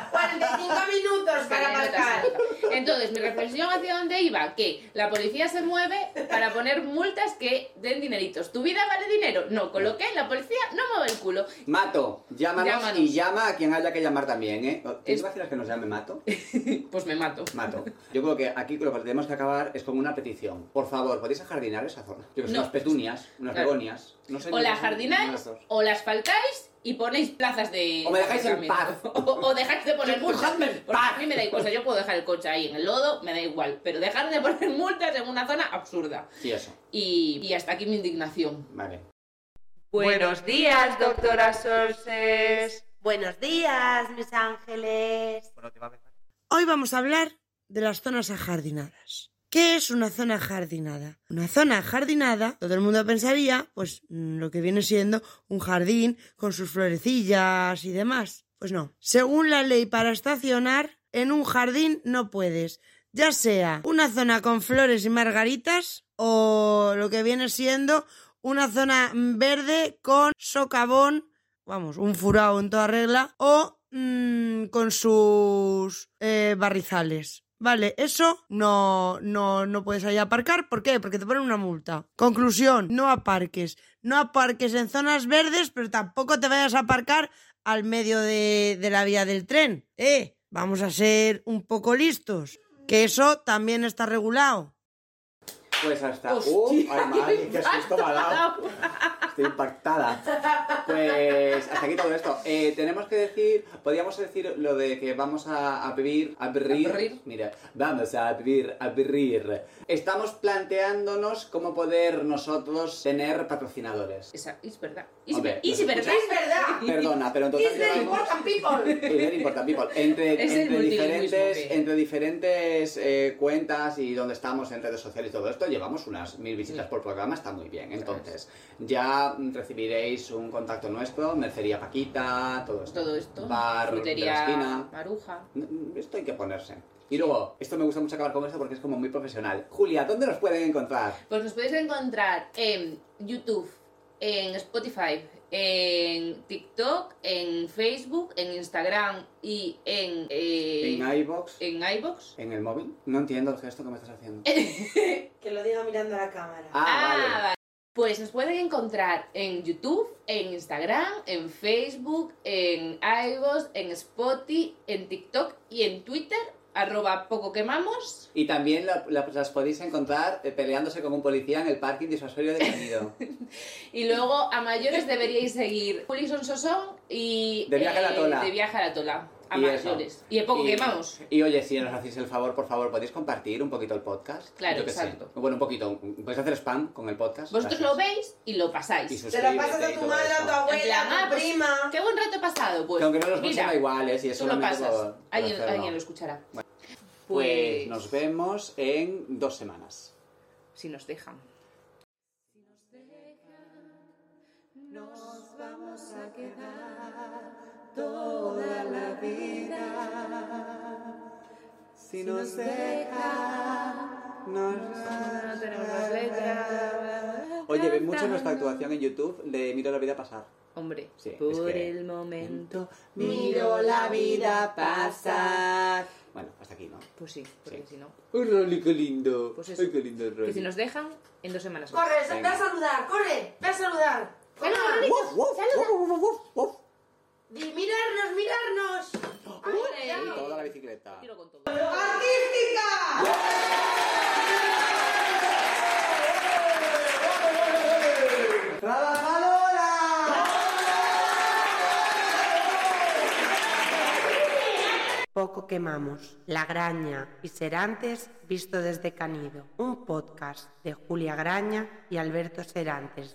45 minutos para aparcar. [LAUGHS] Entonces, mi reflexión hacia dónde iba, que la policía se mueve para poner multas que den dineritos. ¿Tu vida vale dinero? No, con lo que la policía no mueve el culo. Mato, llámanos, Llámanos. y llama a quien haya que llamar también, ¿eh? ¿Te Es- imaginas que nos llame Mato? Pues me mato. Mato. Yo creo que aquí lo que tenemos que acabar es con una petición. Por favor, ¿podéis ajardinar esa zona? Yo que sé, No. unas petunias, unas Claro. begonias. No sé O ni la qué son, jardináis, unas dos. o la asfaltáis y ponéis plazas de. O me dejáis en aparcamiento. [LAUGHS] O, o dejáis de poner multas. Dejadme en Porque paz. a mí me da igual. O sea, yo puedo dejar el coche ahí en el lodo, me da igual. Pero dejar de poner multas en una zona absurda. Y eso, Y, y hasta aquí mi indignación. vale. Buenos días, doctora Sorses. Buenos días, mis ángeles. Hoy vamos a hablar de las zonas ajardinadas. ¿Qué es una zona ajardinada? Una zona ajardinada, todo el mundo pensaría, pues mm, lo que viene siendo un jardín con sus florecillas y demás. Pues no. Según la ley para estacionar, en un jardín no puedes, ya sea una zona con flores y margaritas o lo que viene siendo una zona mm, verde con socavón vamos, un furado en toda regla, o mm, con sus eh, barrizales. Vale, eso no, no, no puedes ahí aparcar. ¿Por qué? Porque te ponen una multa. Conclusión, no aparques. No aparques en zonas verdes, pero tampoco te vayas a aparcar al medio de, de la vía del tren. Eh, vamos a ser un poco listos. Que eso también está regulado. Pues hasta... Hostia, ¡Uh! ¡Ay, madre! ¡Qué impacto susto me ha [LAUGHS] dado! Ah, pues, Estoy impactada. Pues hasta aquí todo esto. Eh, tenemos que decir, podríamos decir lo de que vamos a abrir, abrir, Abrir. mira, vamos a abrir, abrir. Estamos planteándonos cómo poder nosotros tener patrocinadores. Esa, es verdad. Es, Hombre, ver- es no verdad. Es verdad. [LAUGHS] Perdona, pero en total Is very llevamos- important people. Y very important people. Entre, Es el entre multilingüismo diferentes, que- entre diferentes eh, cuentas y donde estamos en redes sociales y todo esto, llevamos unas mil visitas por programa, está muy bien. Entonces, ya mm, recibiréis un contacto nuestro, Mercería Paquita, todo esto. Todo esto. Bar de la frutería esquina. maruja. Mm, Esto hay que ponerse. Y luego, esto me gusta mucho acabar con esto porque es como muy profesional. Julia, ¿dónde nos pueden encontrar? Pues nos podéis encontrar en YouTube, en Spotify, en TikTok, en Facebook, en Instagram y en, eh, en iBox, en iVoox. en el móvil. No entiendo el gesto que me estás [LAUGHS] haciendo. Que lo diga mirando a la cámara. Ah, vale. Pues nos pueden encontrar en YouTube, en Instagram, en Facebook, en iVoox, en Spotify, en TikTok y en Twitter, arroba poco quemamos. Y también la- la- las podéis encontrar eh, peleándose con un policía en el parking disuasorio de Canido. Y luego a mayores deberíais seguir Juli Son Sosón y... eh, De viaje a la tola. De viaje a la tola. A Y eso. mayores. Y a poco Y- quemamos. Y oye, si nos hacéis el favor, por favor, ¿podéis compartir un poquito el podcast? Claro, Yo qué sé. exacto. Bueno, un poquito. Podéis hacer spam con el podcast. Vosotros lo veis y lo pasáis. Y Se lo suscríbete pasas a y tu todo madre, a eso. tu abuela, En plan, a ah, tu pues, prima. Qué buen rato pasado, pues. Que aunque no los escuchen mira, da igual, ¿eh? Si es tú lo solamente pasas. por- por alguien, hacerlo. alguien lo escuchará. Bueno. Pues, Pues nos vemos en dos semanas. si nos dejan. Nos vamos a quedar toda la vida. Si nos dejan, nos No tenemos las letras. Oye, ven mucho nuestra actuación en YouTube de Miro la vida pasar. Hombre, Sí, es por que- Mm. el momento. Miro la vida pasar. Bueno, hasta aquí, ¿no? Pues sí, porque si no. ¡Uy, Rolly, qué lindo! Pues eso. ¡Ay, qué lindo el Que Rolly! si nos dejan, en dos semanas. más. Corre, ve a saludar, corre, ve a saludar. ¡Con animalitos! ¡Wuf, wuf, ¡Saluda! wuf, wuf, wuf, wuf! Di, ¡Mirarnos, mirarnos! ¡Hombre! Y toda la bicicleta. Tiro con todo. ¡Artística! Poco quemamos, La Graña y Serantes visto desde Canido, un podcast de Julia Graña y Alberto Serantes.